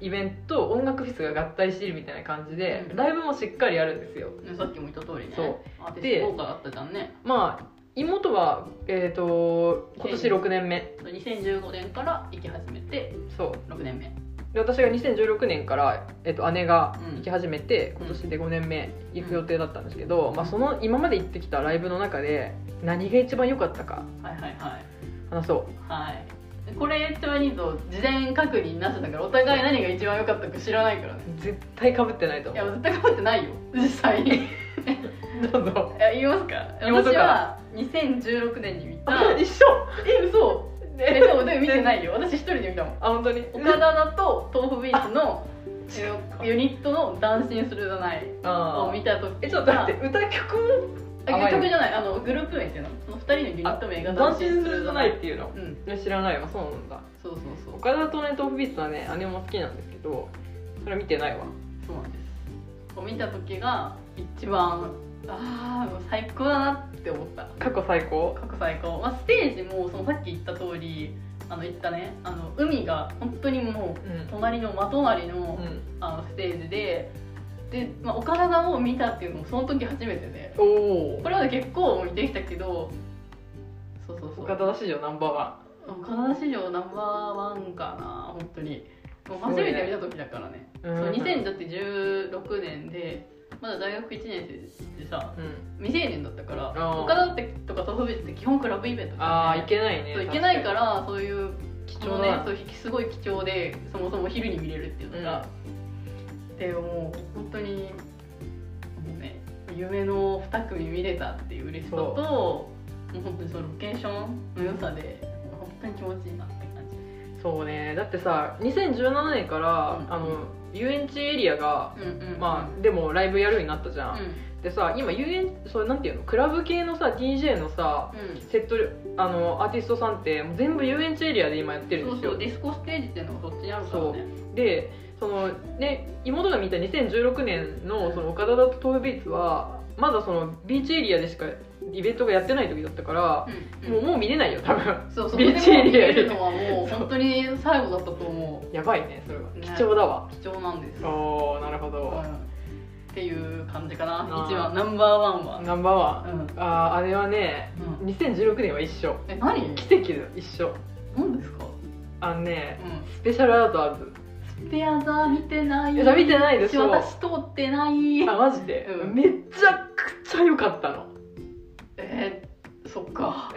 S2: イベントと音楽フェスが合体してるみたいな感じで
S1: うん
S2: ライブもしっかりやるんですよ
S1: ねさっきも言った通りね
S2: そう
S1: あで
S2: で
S1: 福岡だったじゃんね
S2: まあ妹はえっ、と今年6年目
S1: 2015年から行き始めて
S2: そう
S1: 6年目
S2: で私が2016年から、えっと、姉が
S1: うん
S2: 行き始めて、今年で5年目行く予定だったんですけど、
S1: ん
S2: まあ、その今まで行ってきたライブの中で何が一番良かったか
S1: はいはいはい
S2: 話そう
S1: はいこれちなみにと事前確認なしだからお互い何が一番良かったか知らないからね
S2: 絶対かぶってないと
S1: い
S2: 思
S1: や
S2: う
S1: 絶対かぶってないよ実際 にい
S2: どうぞ
S1: や言いますか
S2: 言いますか
S1: 私は2016年に見 た
S2: 一緒
S1: え嘘えでもでも見て
S2: い
S1: な いよ私一人で見たもん
S2: あ本当に
S1: 岡田だと豆腐ビー ツのユニットの「ダンシンするじゃない」を
S2: あ
S1: 見た時
S2: えちょっと待って歌曲も
S1: あ曲じゃないあのグループ名っていうのその2人のユニット名が
S2: 斬新するじゃないっていうの
S1: うん
S2: いや知らないわそうなんだ
S1: そうそうそう
S2: 岡田とね豆腐ビーツはね姉も好きなんですけどそれ見てないわ
S1: そうなんですこう見た時が一番ああもう最高だなって思った
S2: 過去最高
S1: 各最高、まあ、ステージもそのさっき言った通りあの言ったねあの海が本当にもう
S2: う
S1: 隣の真隣の,、
S2: ん、うん、
S1: あのステージでで、まあ、お体を見たっていうのもその時初めてで
S2: おお
S1: これまで結構見てきたけどそうそうそう
S2: 岡田史上ナンバーワ
S1: カナダ史上ナンバーワンかな本当にもう初めて見た時だからね
S2: ン
S1: そう
S2: うん
S1: 2016年でまだ大学1年生でさ
S2: うん
S1: 未成年だったから
S2: あー
S1: 他だってとかトフビって基本クラブイベントだ
S2: あ
S1: か
S2: あ
S1: ら
S2: いけないね
S1: そういけないからそういう
S2: 貴
S1: 貴重
S2: 重
S1: ね
S2: だ
S1: そうすごい貴重でそもそも昼に見れるっていうのが、でもう本当にもうね夢の2組見れたっていう嬉しさと
S2: そう
S1: もう本当にそのロケーションの良さでもう本当に気持ちいいなって感じ
S2: そうねだってさ2017年から、
S1: うん
S2: あの遊園地エリアが、
S1: うんうん
S2: まあでもライブやるようになったじゃ
S1: うん
S2: ん、
S1: うん
S2: でさ今遊園そうなんていうのクラブ系のさ DJ のさセットあのアーティストさんってもう全部遊園地エリアで今やってるんで
S1: そう
S2: すよ
S1: そうディスコステージっていうのがそっちにあるからね
S2: でそのね妹が見た2016年のその岡田だと東部ビーツはまだそのビーチエリアでしかイベントがやってない時だったから、
S1: うん
S2: も
S1: う
S2: うんもう見れないよ多分
S1: そうそう
S2: ビーチエリア
S1: そこでもう見れるのはもう本当に最後だったと思
S2: やばいねそれは、
S1: ね
S2: 貴重だわ
S1: う貴重なんです
S2: おおなるほど、
S1: っていう感じかな
S2: あー
S1: 一番ナンバーワンは
S2: ナンバーワン
S1: うん、
S2: あーあれはね
S1: うん、
S2: 2016年は一緒
S1: え何
S2: 奇跡の一緒
S1: 何ですか
S2: あのね
S1: うん
S2: スペシャルアートアーズ
S1: スペアザー見てない
S2: いや見てないでしょ
S1: 私通ってない
S2: あマジで、
S1: うん
S2: めちゃくちゃ良かったの
S1: えー、そっか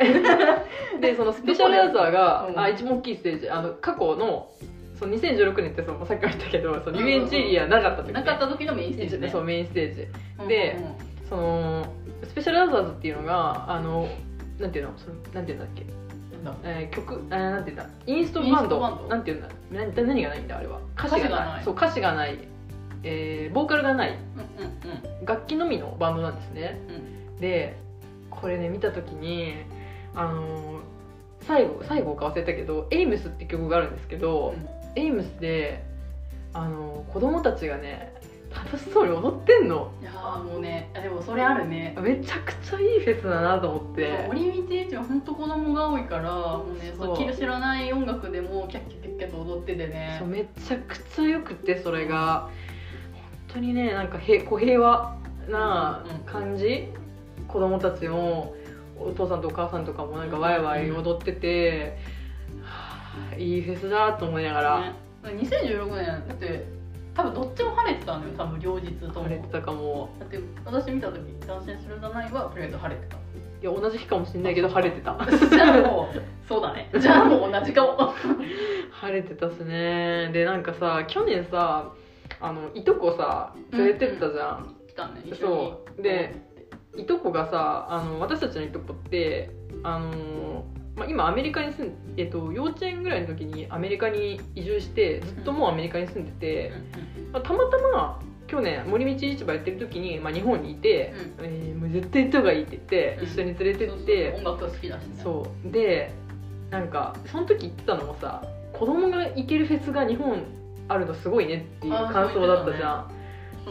S2: でそのスペシャルアートアーが、
S1: うん
S2: あ一番大きいステージあの過去のその2016年ってそのさっきも言ったけどそ
S1: うん
S2: の遊園地エリアなかった時、ね
S1: なかった時のメインステージね
S2: そうメインステージ
S1: うん
S2: で
S1: うん
S2: そのスペシャルアートアーズっていうのがあのなんていうのそのなんていうんだっけ
S1: うんなんだ
S2: えー曲えーなんて言うんだインストバンド
S1: インストバンド
S2: なんて言うんだ何何がないんだあれは歌詞がない
S1: 歌詞がない
S2: そう歌詞がないえーボーカルがない
S1: うんうん
S2: 楽器のみのバンドなんですね、でこれね見た時にあのー最後最後か忘れたけど「エイムス」って曲があるんですけど、エイムスであのー子供たちがね楽しそうに踊ってんの
S1: いやーもうねあでもそれあるね
S2: めちゃくちゃいいフェスだなと思って
S1: 森道市は本当子供が多いからもうね
S2: そう
S1: そう知らない音楽でもキャッキャキャッキャと踊っててね
S2: そうめちゃくちゃよくてそれが本当にねなんかへこう平和な感じ、子供たちもお父さんとお母さんとかもなんかワイワイ踊ってて、はあいいフェスだと思いながら
S1: ね2016年だって多分どっちも晴れてたのよ多分両日とも
S2: 晴れてたかも
S1: だって私見た時「男性するじゃない」はとりあえず 晴れてた
S2: いや同じ日かもしれないけど晴れてた
S1: じゃあもうそうだねじゃあもう同じかも
S2: 晴れてたっすねでなんかさ去年さあのいとこさ連れてったじゃん、
S1: 来たね一緒に
S2: そうでいとこがさあの私たちのいとこってあの、まあ、今アメリカに住んえっと、幼稚園ぐらいの時にアメリカに移住してずっともうアメリカに住んで
S1: うん
S2: て、まあ、たまたま去年森道市場やってる時に、まあ、日本にいて、えーもう絶対行った方がいいって言って、
S1: うん
S2: 一緒に連れて
S1: うんう
S2: っ
S1: んそうそう
S2: て
S1: 音楽が好きだしね
S2: そうでなんかその時言ってたのもさ子供が行けるフェスが日本あるのすごいねっていう感想だったじゃん。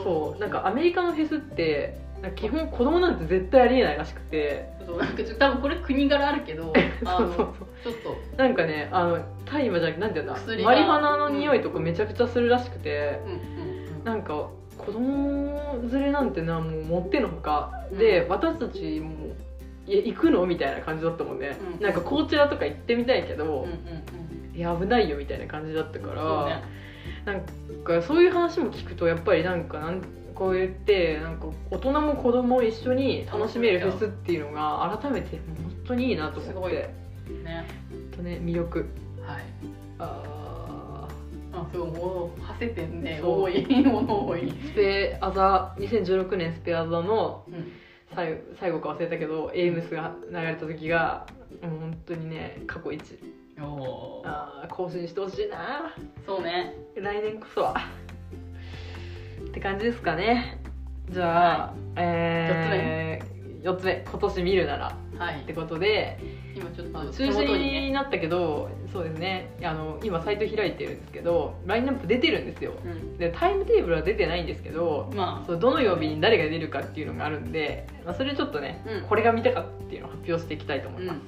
S2: そうなんかアメリカのフェスってなんか基本子供なんて絶対ありえないらしくて
S1: そうなんかちょっと多分これ国柄ある けどあ
S2: そ
S1: の
S2: う
S1: ち
S2: そ
S1: ょ
S2: うそう
S1: っと
S2: なんかねあの大麻じゃなくてなんていうんだ
S1: 薬が
S2: マリファナの匂いとかめちゃくちゃするらしくて、
S1: うんうん
S2: なんか子供連れなんてなもう持ってのほかで、私たちもいや行くのみたいな感じだったもんね、
S1: うん
S2: なんかこちらとか行ってみたいけ
S1: うんう
S2: ど
S1: ん、うん
S2: いや危ないよみたいな感じだったから
S1: そうね
S2: なんかそういう話も聞くとやっぱりなんかなんこう言ってなんか大人も子供も一緒に楽しめるフェスっていうのが改めて本当にいいなと
S1: す
S2: 思っ
S1: ごい
S2: て
S1: ね
S2: 本当ね魅力
S1: はい
S2: あ
S1: あそうもう馳せてんね
S2: そう
S1: 多い物多い
S2: ースペアザ2016年スペアザの
S1: うん
S2: 最後最後か忘れたけどエイムスが流れた時がもう本当にね過去一
S1: おー
S2: あー更新してほしいな
S1: そうね
S2: 来年こそはって感じですかねじゃあ、えー、4つ目今年見るなら
S1: は
S2: っ
S1: い
S2: てことで
S1: 今ちょっと
S2: 中
S1: 手
S2: 止
S1: 元にね
S2: になったけどそうですねあの今サイト開いてるんですけどラインナップ出てるんですよ
S1: うん
S2: でタイムテーブルは出てないんですけど
S1: ま
S2: そうどの曜日に誰が出るかっていうのがあるんで、まあ、それちょっとね
S1: あうん
S2: これが見たかっていうのを発表していきたいと思
S1: う
S2: います、
S1: ん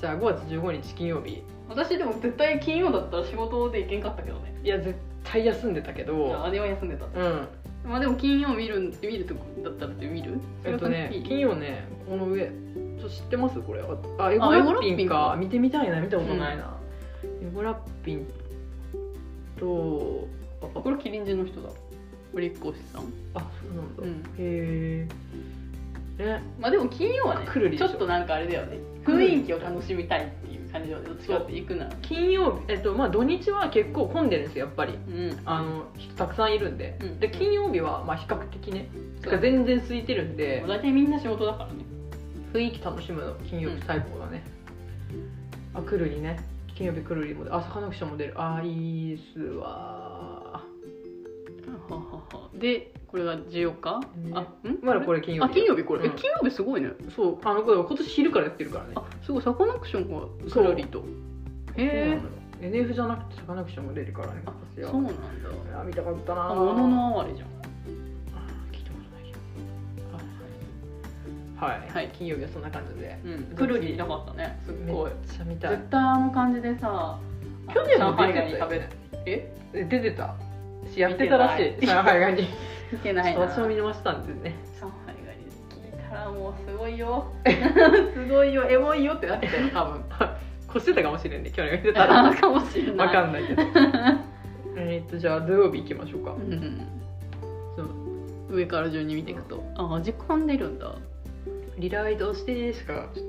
S2: じゃあ5月15日金曜日
S1: 私でも絶対金曜だったら仕事で行けんかったけどね
S2: いや絶対休んでたけど
S1: 姉は休んでた
S2: うん
S1: まあでも金曜見るん見るとこだったらって見る
S2: えっとね
S1: それはいい
S2: 金曜ねこの上ちょっと知ってますこれあエゴ
S1: あ
S2: ラ
S1: エゴ
S2: ッ
S1: ラッ
S2: ピ
S1: ピ
S2: ン
S1: ン
S2: か
S1: か
S2: 見てみたいな見たことないな、エゴラッピンとあ
S1: あこれキリンジの人だ売りっ子さん
S2: ああそうなんだ、
S1: う
S2: へ
S1: ん
S2: えね
S1: まあでも金曜はね
S2: くるり
S1: ち
S2: で
S1: ょ
S2: しょ
S1: っとなんかあれだよね雰囲気を楽しみたいっていう感じだよねどっちかって行くなら
S2: 金曜日えっとまあ土日は結構混んでるんですよやっぱり
S1: うん
S2: あの人たくさんいるんで、
S1: うん
S2: で金曜日はまあ比較的ねて
S1: そう
S2: か全然空いてるんで
S1: 大体みんな仕事だからね
S2: 雰囲気楽しむの金曜日最高だね、あくるりね金曜日くるりも出あサカナクションも出るあいいっすわ
S1: はははでこれが14日、
S2: ね
S1: あん
S2: まだこれ金曜
S1: あ
S2: 日
S1: 金曜日これ、
S2: うん
S1: え金曜日すごいね
S2: そうあのこれ今年昼からやってるからね
S1: あすごいサカナクションが
S2: そ
S1: く
S2: う
S1: るりとへ
S2: そうなの NF じゃなくてサカナクションも出るからね
S1: え
S2: 今
S1: あそう
S2: 年は
S1: なんだ
S2: いや見たかったな
S1: あもののあれじゃん
S2: あ聞いたことないけどはい、
S1: はい
S2: 金曜日はそんな感じで
S1: うんくるりなかったねすっ
S2: めっ
S1: ごい
S2: ちゃ見たい
S1: 絶対あの感じでさ
S2: 去年も出
S1: 上海
S2: てた
S1: 外食
S2: よ
S1: べ
S2: ね
S1: え
S2: え出てたしやってたらし い上海外に
S1: 見てない な
S2: 私も見ましたんでね
S1: 上海が聞いたらもうすごいよ すごいよエモいよってなって たよ多分
S2: 越してたかもしれんね去年が出てたら
S1: あかもしれない
S2: わかんないけどえーっとじゃあ土曜日行きましょうか
S1: うんそう上から順に見ていくとあ時間出るんだ
S2: リライドしてしかちょっ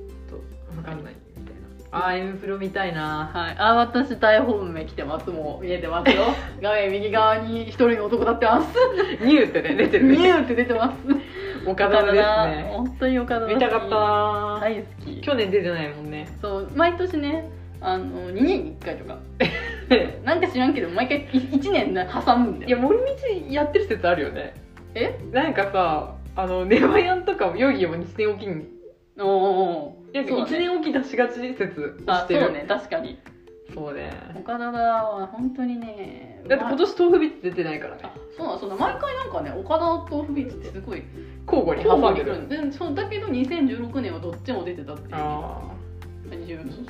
S2: とわかんないみたいなあーエムプロ見たいな
S1: はいあ私大本命来てますもう見えてま すよ画面右側に一人の男立ってます
S2: ニューってね出てる
S1: 見え
S2: ね
S1: るって出てます
S2: 岡田です
S1: だ
S2: ね
S1: 本当に岡田だし
S2: 見たかったな
S1: 大好き
S2: 去年出てないもんね
S1: そう毎年ねあの2年に1回とかなんか知らんけど毎回1年な挟むんだ
S2: いや
S1: よ
S2: 森道やってる説あるよね
S1: え
S2: なんかさあのネバヤンとかヨギも2年おきに
S1: おーおーおー
S2: 1年おき出しがち説
S1: あ
S2: し
S1: そ
S2: て
S1: う
S2: る
S1: ね確かに
S2: そうね
S1: 岡田は本当にね
S2: だって今年豆腐ビーツ出てないからね
S1: あそうなんそうなん毎回なんかね岡田とフビーツってすごい
S2: 交互に
S1: 交
S2: 挟
S1: 互
S2: ん
S1: に
S2: で
S1: 来る
S2: る
S1: んでそうだけど2016年はどっちも出てたっていう
S2: あ
S1: 20そうそうそう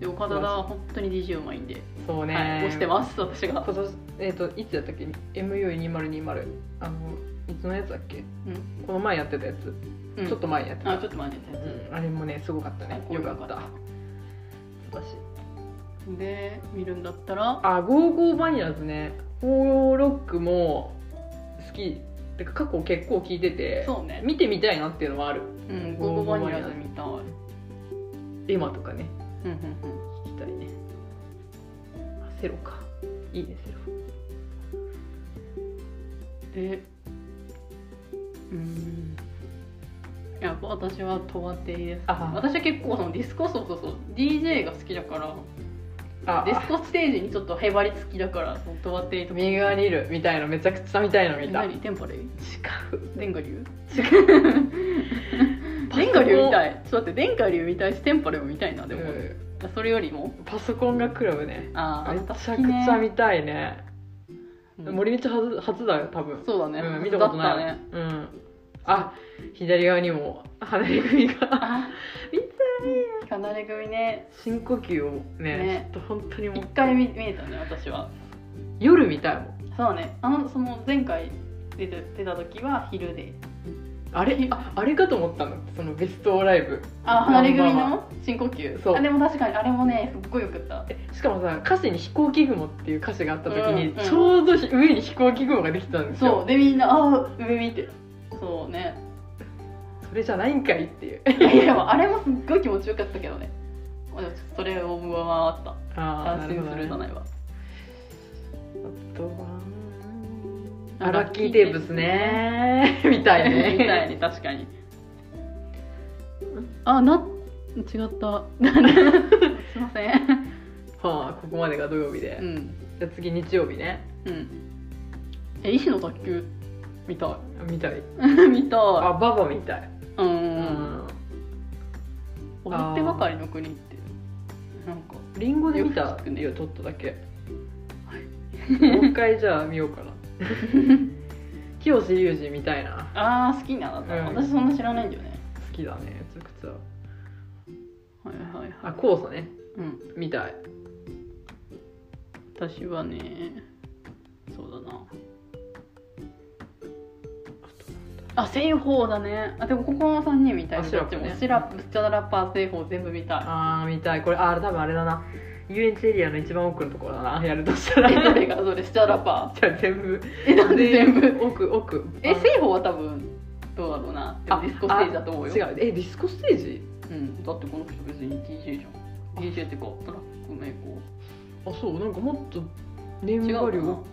S1: で岡田は本当に DJ うまいんで、
S2: あそうね、
S1: はい、押してます私が
S2: 今年えっ、といつやったっけ MU2020 あのいつのやつだっけ、この前やってたやつ、
S1: うん
S2: ちょっと前にやってた
S1: あちょっと待ってたや
S2: うんあれもねすごかったね
S1: つ
S2: よかった私
S1: で見るんだったら
S2: あゴーゴーバニラズねゴーロックも好きてか過去結構聞いてて
S1: そうね
S2: 見てみたいなっていうのはある
S1: うんゴーゴーバニラズ見たい
S2: エマとかね
S1: うんうんうん
S2: 聞きたいねあセロかいいねセロ
S1: でうんやっぱ私は問わてです
S2: あ
S1: 私は結構そのディスコそうそうそう DJ が好きだから
S2: あ
S1: ディスコステージにちょっとへばりつきだからその問わてとか
S2: 右側にいるみたいのめちゃくちゃ見たいの見た違
S1: 何テンパレイ
S2: う
S1: 電ガ流
S2: 違う
S1: 電ガ流みたいちょっと待って電ガ流みたいしテンパレイも見たいなでも、
S2: うん
S1: それよりも
S2: パソコンがクラブね
S1: ああ
S2: めちゃくちゃ見たいね
S1: うん
S2: 森道初初だよ多分
S1: そうだね、
S2: うん、見たことない
S1: だったね
S2: うんあ左側にも離れ組が
S1: あ
S2: 見
S1: たい離れ組ね
S2: 深呼吸をね
S1: ね
S2: ちょっと本当にもう
S1: 一回見見えたね私は
S2: 夜見たいもん
S1: そうねあのその前回出て出た時は昼で
S2: あれああれかと思ったのそのベストライブ
S1: あ離れ組
S2: まあまあ
S1: の深呼吸
S2: そう
S1: あでも確かにあれもねすっごいよかった
S2: しかもさ歌詞に「飛行機雲」っていう歌詞があった時に、
S1: うんうん
S2: ちょうどひ上に飛行機雲ができたんですよ
S1: そうでみんなああ上見てそ うね
S2: それじゃないんかいっていう
S1: いやでもあれもすっごい気持ちよかったけどねまあでもちょっとそれを上回っ
S2: あ
S1: た
S2: ー
S1: 安心するじゃ
S2: な
S1: な
S2: る
S1: いわ
S2: ほどねあとは
S1: あ
S2: あラッキーテープスねみたいね
S1: みたいね確かにあな違 ったすいません
S2: はあここまでが土曜日で、
S1: うん
S2: じゃあ次日曜日ね
S1: うんえ医師の卓球見た
S2: 見たい
S1: い 見たい
S2: あババみたい、
S1: うん
S2: う
S1: うん踊ってばかりの国ってなんか
S2: リンゴで見
S1: よ
S2: た
S1: く聞くね
S2: よちょっとだ けもう一回じゃあ見ようか な清志隆二みたいな
S1: ああ好きなんだ、
S2: うん
S1: 私そんな知らないんだよね
S2: 好きだねめちゃくちゃ
S1: はいはいはい
S2: あ酵素ね
S1: うん
S2: みたい
S1: 私はねそうだなあ西方だねあでもここの3人みたい
S2: あ
S1: な
S2: シ
S1: ど
S2: ラ
S1: っ
S2: ッ
S1: ち
S2: プ
S1: も
S2: ね
S1: シラップスチャダラッパー西方全部見たい
S2: あー見たいこれあー多分あれだな遊園地エリアの一番奥のところだなやると したら
S1: え
S2: じ
S1: どれ
S2: ゃ
S1: がどれスチャダラッパー
S2: あ全部
S1: えなんで 全部
S2: 奥奥
S1: え西方は多分どうだろうなでもディスコステージだと思うよ
S2: 違うえディスコステージ
S1: うん、だってこの人別に DJ じゃん DJ ってかトラックメイク
S2: あそうなんかもっと年
S1: 違うか
S2: 賀
S1: な
S2: 量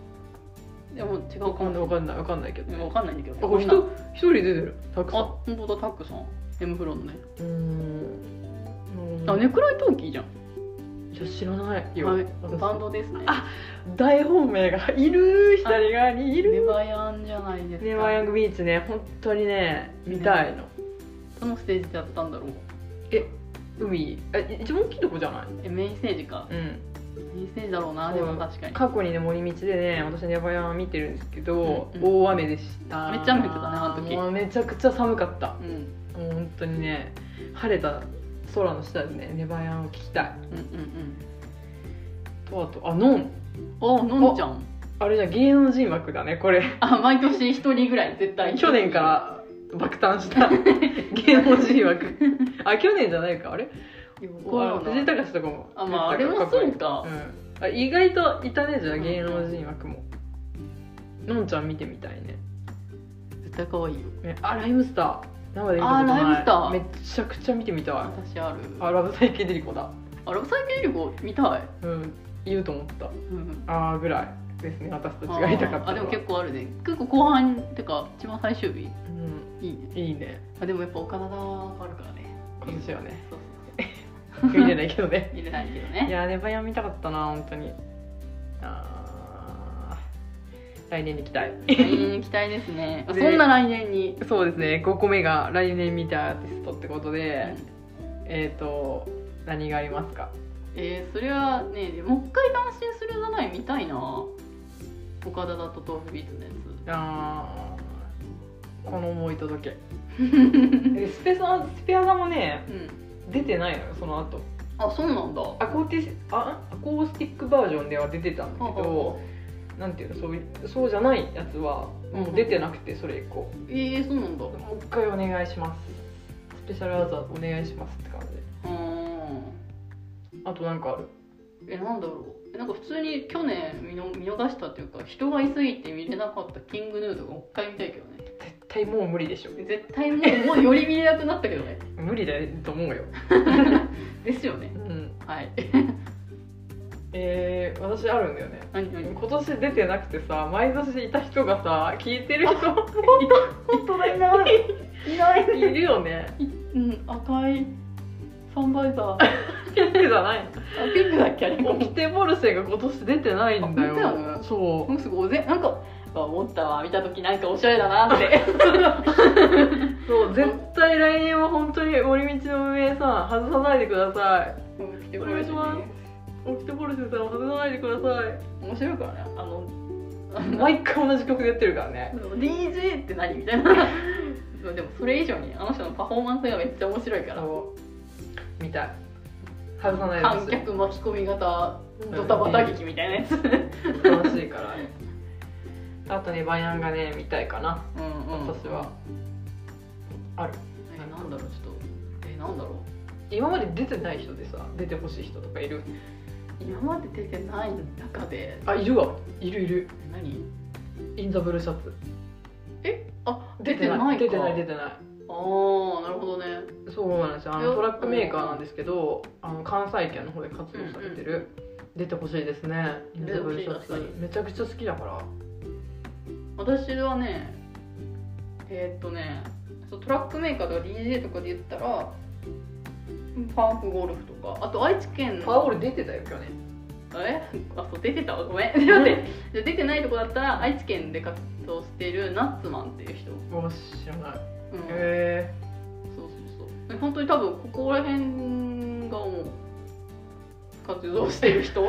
S1: でも違
S2: わ
S1: う
S2: か
S1: か
S2: んないわ
S1: な
S2: かんないわかんないけど、
S1: でも
S2: ね、
S1: わかんないんだけどね
S2: あこれ
S1: こん
S2: 人
S1: な
S2: 一人出てるたくさ
S1: あ
S2: ん
S1: 本当だタックさん M フロンね
S2: うーんうーん
S1: あネクライトーキーじゃん
S2: いや知らないよ、
S1: はい、
S2: 私
S1: バンドですね。
S2: あ大本命がいる左側にい
S1: ネ
S2: る
S1: バヤンじゃないですか。
S2: ネバーヤングビーチね本当にね見たいの、
S1: どのステージでやったんだろう。
S2: 海え一番大きいとこじゃない
S1: え、メインステージか。
S2: うん
S1: メインステージだろうな、
S2: うん
S1: でも確かに。
S2: 過去にね森道でね私ネバヤン見てるんですけど、
S1: うんう
S2: 大雨でした
S1: めっちゃ雨降ってたねあの時
S2: もうめちゃくちゃ寒かった
S1: うん、
S2: もう本当にね晴れた空の下でねネバヤンを聞きたい
S1: うん、うん、
S2: とあとあノン
S1: うん。あ、のんちゃん。
S2: あれじゃ芸能人枠だねこれ
S1: あ、毎年一人ぐらい絶対。
S2: 去年から爆誕した芸能人枠 あ去年じゃないかあれ
S1: いや。
S2: あ
S1: わから
S2: 藤
S1: ん
S2: 井
S1: な
S2: 隆とかも
S1: あ、まあ、あれもそうか
S2: う。んあ意外といたねじゃあ芸能人枠も、のんちゃん見てみたいね
S1: 絶対可愛いよ。
S2: ねあライムスター生で見たことない
S1: あライムスター
S2: めちゃくちゃ見てみたい
S1: 私ある。
S2: あラブサイケデリコだ
S1: あれ、最近よりこ見たい。
S2: うん言うと思った
S1: うん。
S2: あーぐらいですね私と違いたかった
S1: あ、
S2: の
S1: で
S2: は
S1: も結構あるね。結構後半ってか、一番最終日。
S2: うん
S1: いいね。
S2: いいね
S1: あ、でもやっぱ岡田があるからね。
S2: 今年はね
S1: そうそう
S2: 見れないけどね
S1: 見れないけど
S2: い
S1: ね
S2: やーネバヤン見たかったな本当にあー来年に行きた い
S1: 来年に期待ですね
S2: で
S1: そんな来年に、
S2: そうですね5個目が来年見たアーティストってことで、えっ、ー、と何がありますか
S1: えーそれはねもう一回感心するじゃないみたいな岡田だと豆腐ビーツのや
S2: あーこの思い届 けえスペさんスペアさんもね
S1: つうん
S2: 出てないのよその後
S1: あそうなんだ
S2: アコーティスあアコースティックバージョンでは出てたんだけどなんていうのそういそうじゃないやつはもう出てなくてそれ以降
S1: えー、そうなんだう
S2: もう一回お願いしますスペシャルアザーお願いしますって感じ
S1: ーん
S2: あとなんかある
S1: えなんだろうえなんか普通に去年見の見逃したっていうか人がいすぎて見れなかったキングヌーとかもう一回見たいけどね
S2: 絶対もう無理でしょ
S1: 絶対もうもうより見れなくなったけどね
S2: 無理だと思うよ
S1: ですよね
S2: うん
S1: はい
S2: えー、私あるんだよね
S1: 何何
S2: 今年出てなくてさ毎年いた人がさ聞いてる人
S1: 本当だいないいない
S2: いるよね
S1: うん赤いサンバイザーあ
S2: ピンクじゃない
S1: ピンクだっけあれ
S2: オキテボルシェが今年出てないんだよ
S1: あ出たの
S2: そ
S1: もうすごいおぜなんかあ思ったわ見た時なんかおしゃれだなって
S2: うそう絶対来年は本当に森道の上さん外さないでください
S1: うん来て
S2: お願いしますオキテボルシェさん外さないでください
S1: 面白いからねあのあの
S2: 毎回同じ曲でやってるからね
S1: DJ って何みたいな そうでもそれ以上にあの人のパフォーマンスがめっちゃ面白いから
S2: そうみたい外さない
S1: 観
S2: でほし
S1: 客巻き込み型
S2: い
S1: ドタバタ劇みたいなやつうん
S2: 楽しいからねあとねバヤンがね見たいかな
S1: うん
S2: 私は、ある
S1: えなんだろうちょっとえなんだろう
S2: 今まで出てない人でさ出てほしい人とかいる
S1: 今まで出てない中で
S2: あいるわいるいる
S1: 何
S2: インザブルーシャツ
S1: あ出てないか
S2: 出てない出てない
S1: ああなるほどね
S2: そうなんですよあ
S1: よ
S2: のトラックメーカーなんですけどあの関西圏の方で活動されてる、出てほしいですねインザブルーシャ
S1: 出てほしい確
S2: ツめちゃくちゃ好きだから
S1: 私はねえーっとねそうトラックメーカーとか DJ とかで言ったらパンクゴルフとかあと愛知県の
S2: パワーオール出てたよ去年
S1: えあそう出てたわごめん待ってじゃあ出てないとこだったら愛知県で活動してるナッツマンっていう人、うん
S2: お知らないへ
S1: そうそうそう本当に多分ここら辺がもう活動してる人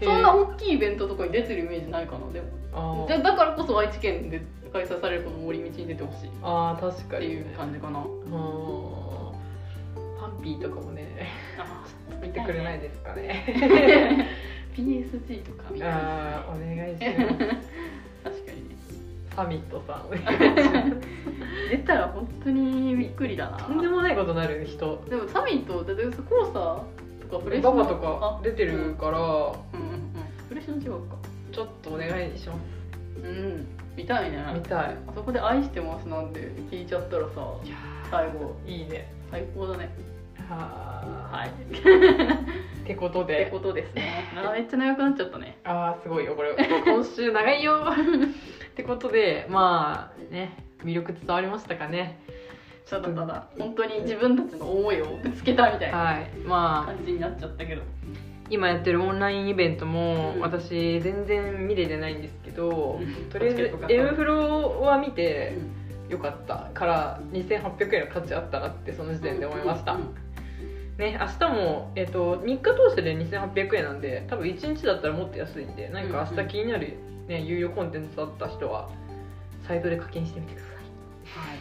S2: え
S1: そんな大きいイベントとかに出てるイメージないかなでも
S2: あー
S1: じゃあだからこそ愛知県で開催されるこの森道に出てほしいっ
S2: あー確か
S1: て
S2: に
S1: いう感じかな
S2: うーんパンピーとかも ね
S1: あ
S2: 見てくれないですかね
S1: PSG とかみたい
S2: あー
S1: な
S2: お願いしま
S1: 確かにね
S2: すサミットさんお願い
S1: 出たら本当にびっくりだな
S2: とんでもないことになる人
S1: でもサミットだってコーサーとかフレッシ
S2: バ
S1: ュ
S2: バとか出てるから
S1: うんうんうんフレッシュの違うか
S2: ちょっとお願いしま
S1: うん見たいね
S2: す見たい
S1: あそこで「愛してます」なんて聞いちゃったらさ
S2: いや
S1: 最後
S2: ーいいね
S1: 最高だね
S2: はー
S1: はい
S2: ってこと
S1: って
S2: で
S1: ことですねあーめっちゃ長くなっちゃったね
S2: あーすごいよこれ今週長い よってことでまあね魅力伝わりましたかね
S1: ただただ本当に自分たちの思いをぶつけたみたいな
S2: はいまあ
S1: 感じになっちゃったけど
S2: 今やってるオンラインイベントも、
S1: うん
S2: 私全然見れてないんですけど、とりあえず
S1: 確かに
S2: エ
S1: よか
S2: ム
S1: っ
S2: フロは見てよかったから2800円の価値あったなってその時
S1: た
S2: 点で思いました、
S1: うんうん
S2: ね明日も、えっと3日通してで2800円なんで多分1日だったらもっと安いんで何か明日気になる、ね、有料コンテンツだった人はサイトで課金してみてくださ
S1: は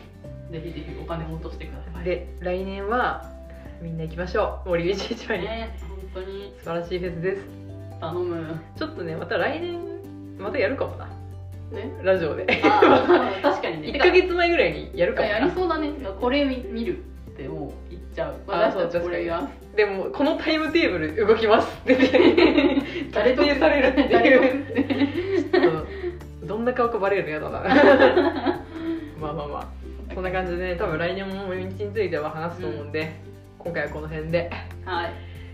S1: いぜひぜひお金を落としてくださ
S2: い、
S1: い
S2: で来年はみんな行きましょう森道市場に、
S1: ね本当に
S2: 素晴らしいフェスです
S1: 頼む
S2: ちょっとねまた来年またやるかもな
S1: ね
S2: ラジオで
S1: あー確かにね
S2: 1ヶ月前ぐらいにやるかも
S1: やり
S2: な
S1: そうだねこれ見見るってもう言っちゃう
S2: あー
S1: 私たちこれが
S2: でもこのタイムテーブル動き ますって誰
S1: 誰と
S2: と定されるって
S1: 誰
S2: いう
S1: 得って
S2: うんどんな顔かバレるの嫌だな まあまあまあそんな感じでね多分来年も森道については話すと思うんで、今回はこの辺で
S1: はい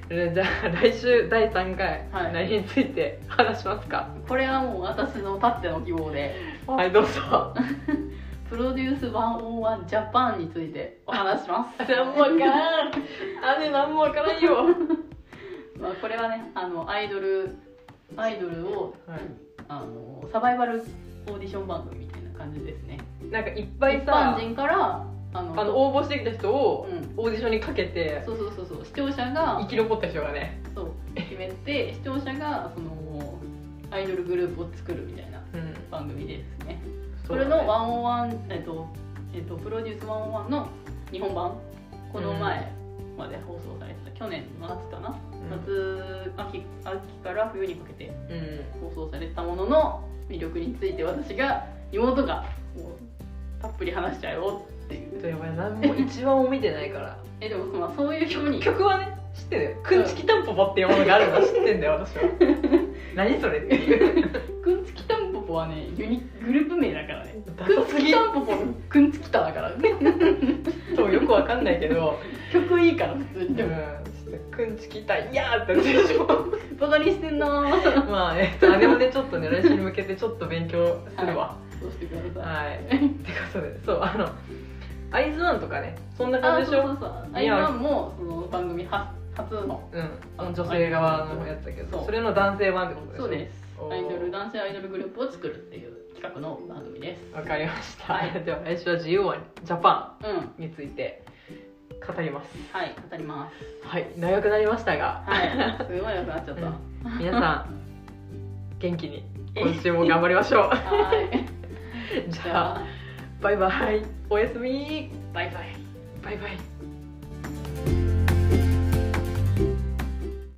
S2: えじゃあ来週第3回、
S1: はい
S2: 何について話しますか
S1: これはもう私のたっての希望で
S2: はいどうぞ
S1: プロデュース101ジャパンについてお話し します
S2: 何もわからん姉何もわからんよ
S1: まあこれはねあのアイドルアイドルを
S2: はい
S1: あのサバイバルオーディション番組みたいな感じですね
S2: なんかいっ
S1: 一
S2: ぱい
S1: 般
S2: さ
S1: 人からあの
S2: あの応募してきた人を
S1: うん、
S2: オーディションにかけて
S1: そうそうそうそう視聴者が
S2: 生き残った人がね
S1: そう決めて視聴者がそのアイドルグループを作るみたいな
S2: うん
S1: 番組ですね
S2: そ
S1: そ
S2: う
S1: れ
S2: だね
S1: の101、えっとえっと、プロデュース101の日本版この前まで放送されてた、去年の夏かな、夏秋秋から冬にかけて
S2: うんうん
S1: 放送されたものの魅力について私が妹がもうたっぷり話しちゃうよってい
S2: ちょっと
S1: う
S2: やばい何も一番も見てないから
S1: えでもまあそういう表に
S2: 曲はね知ってるよ「くんちきたんぽぽ」っていうものがあるの知ってんだよ 私は何それっていう
S1: くんつきたんぽぽはねユニグループ名だからね
S2: ダ
S1: く
S2: サ
S1: んつ
S2: す
S1: き
S2: ぎ
S1: たんぽぽのくんつきただからね
S2: とよくわかんないけど
S1: 曲いいから普通
S2: うん
S1: に
S2: ち
S1: で
S2: ょ
S1: も
S2: っとくんちきたいやーってなってるでし ょ
S1: バカにしてんなー
S2: まあえっと姉もねちょっとね来週に向けてちょっと勉強する わ
S1: そうしてください
S2: はいってことでそうあのアイズワンとかねそんな
S1: あ
S2: 感
S1: ー
S2: じで
S1: そう
S2: しょ
S1: そうそうあ今もその番組初初の
S2: うんあの女性側のやつだけど
S1: そう
S2: それの男性版ってことでしょ
S1: そうです
S2: おー
S1: アイドル男性アイドルグループを作るっていう企画の番組です
S2: わかりました、
S1: はい
S2: では来週は自由案ジャパ
S1: うん
S2: ンについて語ります
S1: はい語ります
S2: はい長くなりました が
S1: はいすごい良くなっちゃった
S2: うん皆さん元気に今週も頑張りましょ
S1: はい。
S2: う じ
S1: じ
S2: ゃ
S1: ゃ
S2: あ
S1: あ、
S2: バイバイおやすみ
S1: バイバイ。
S2: バイバイ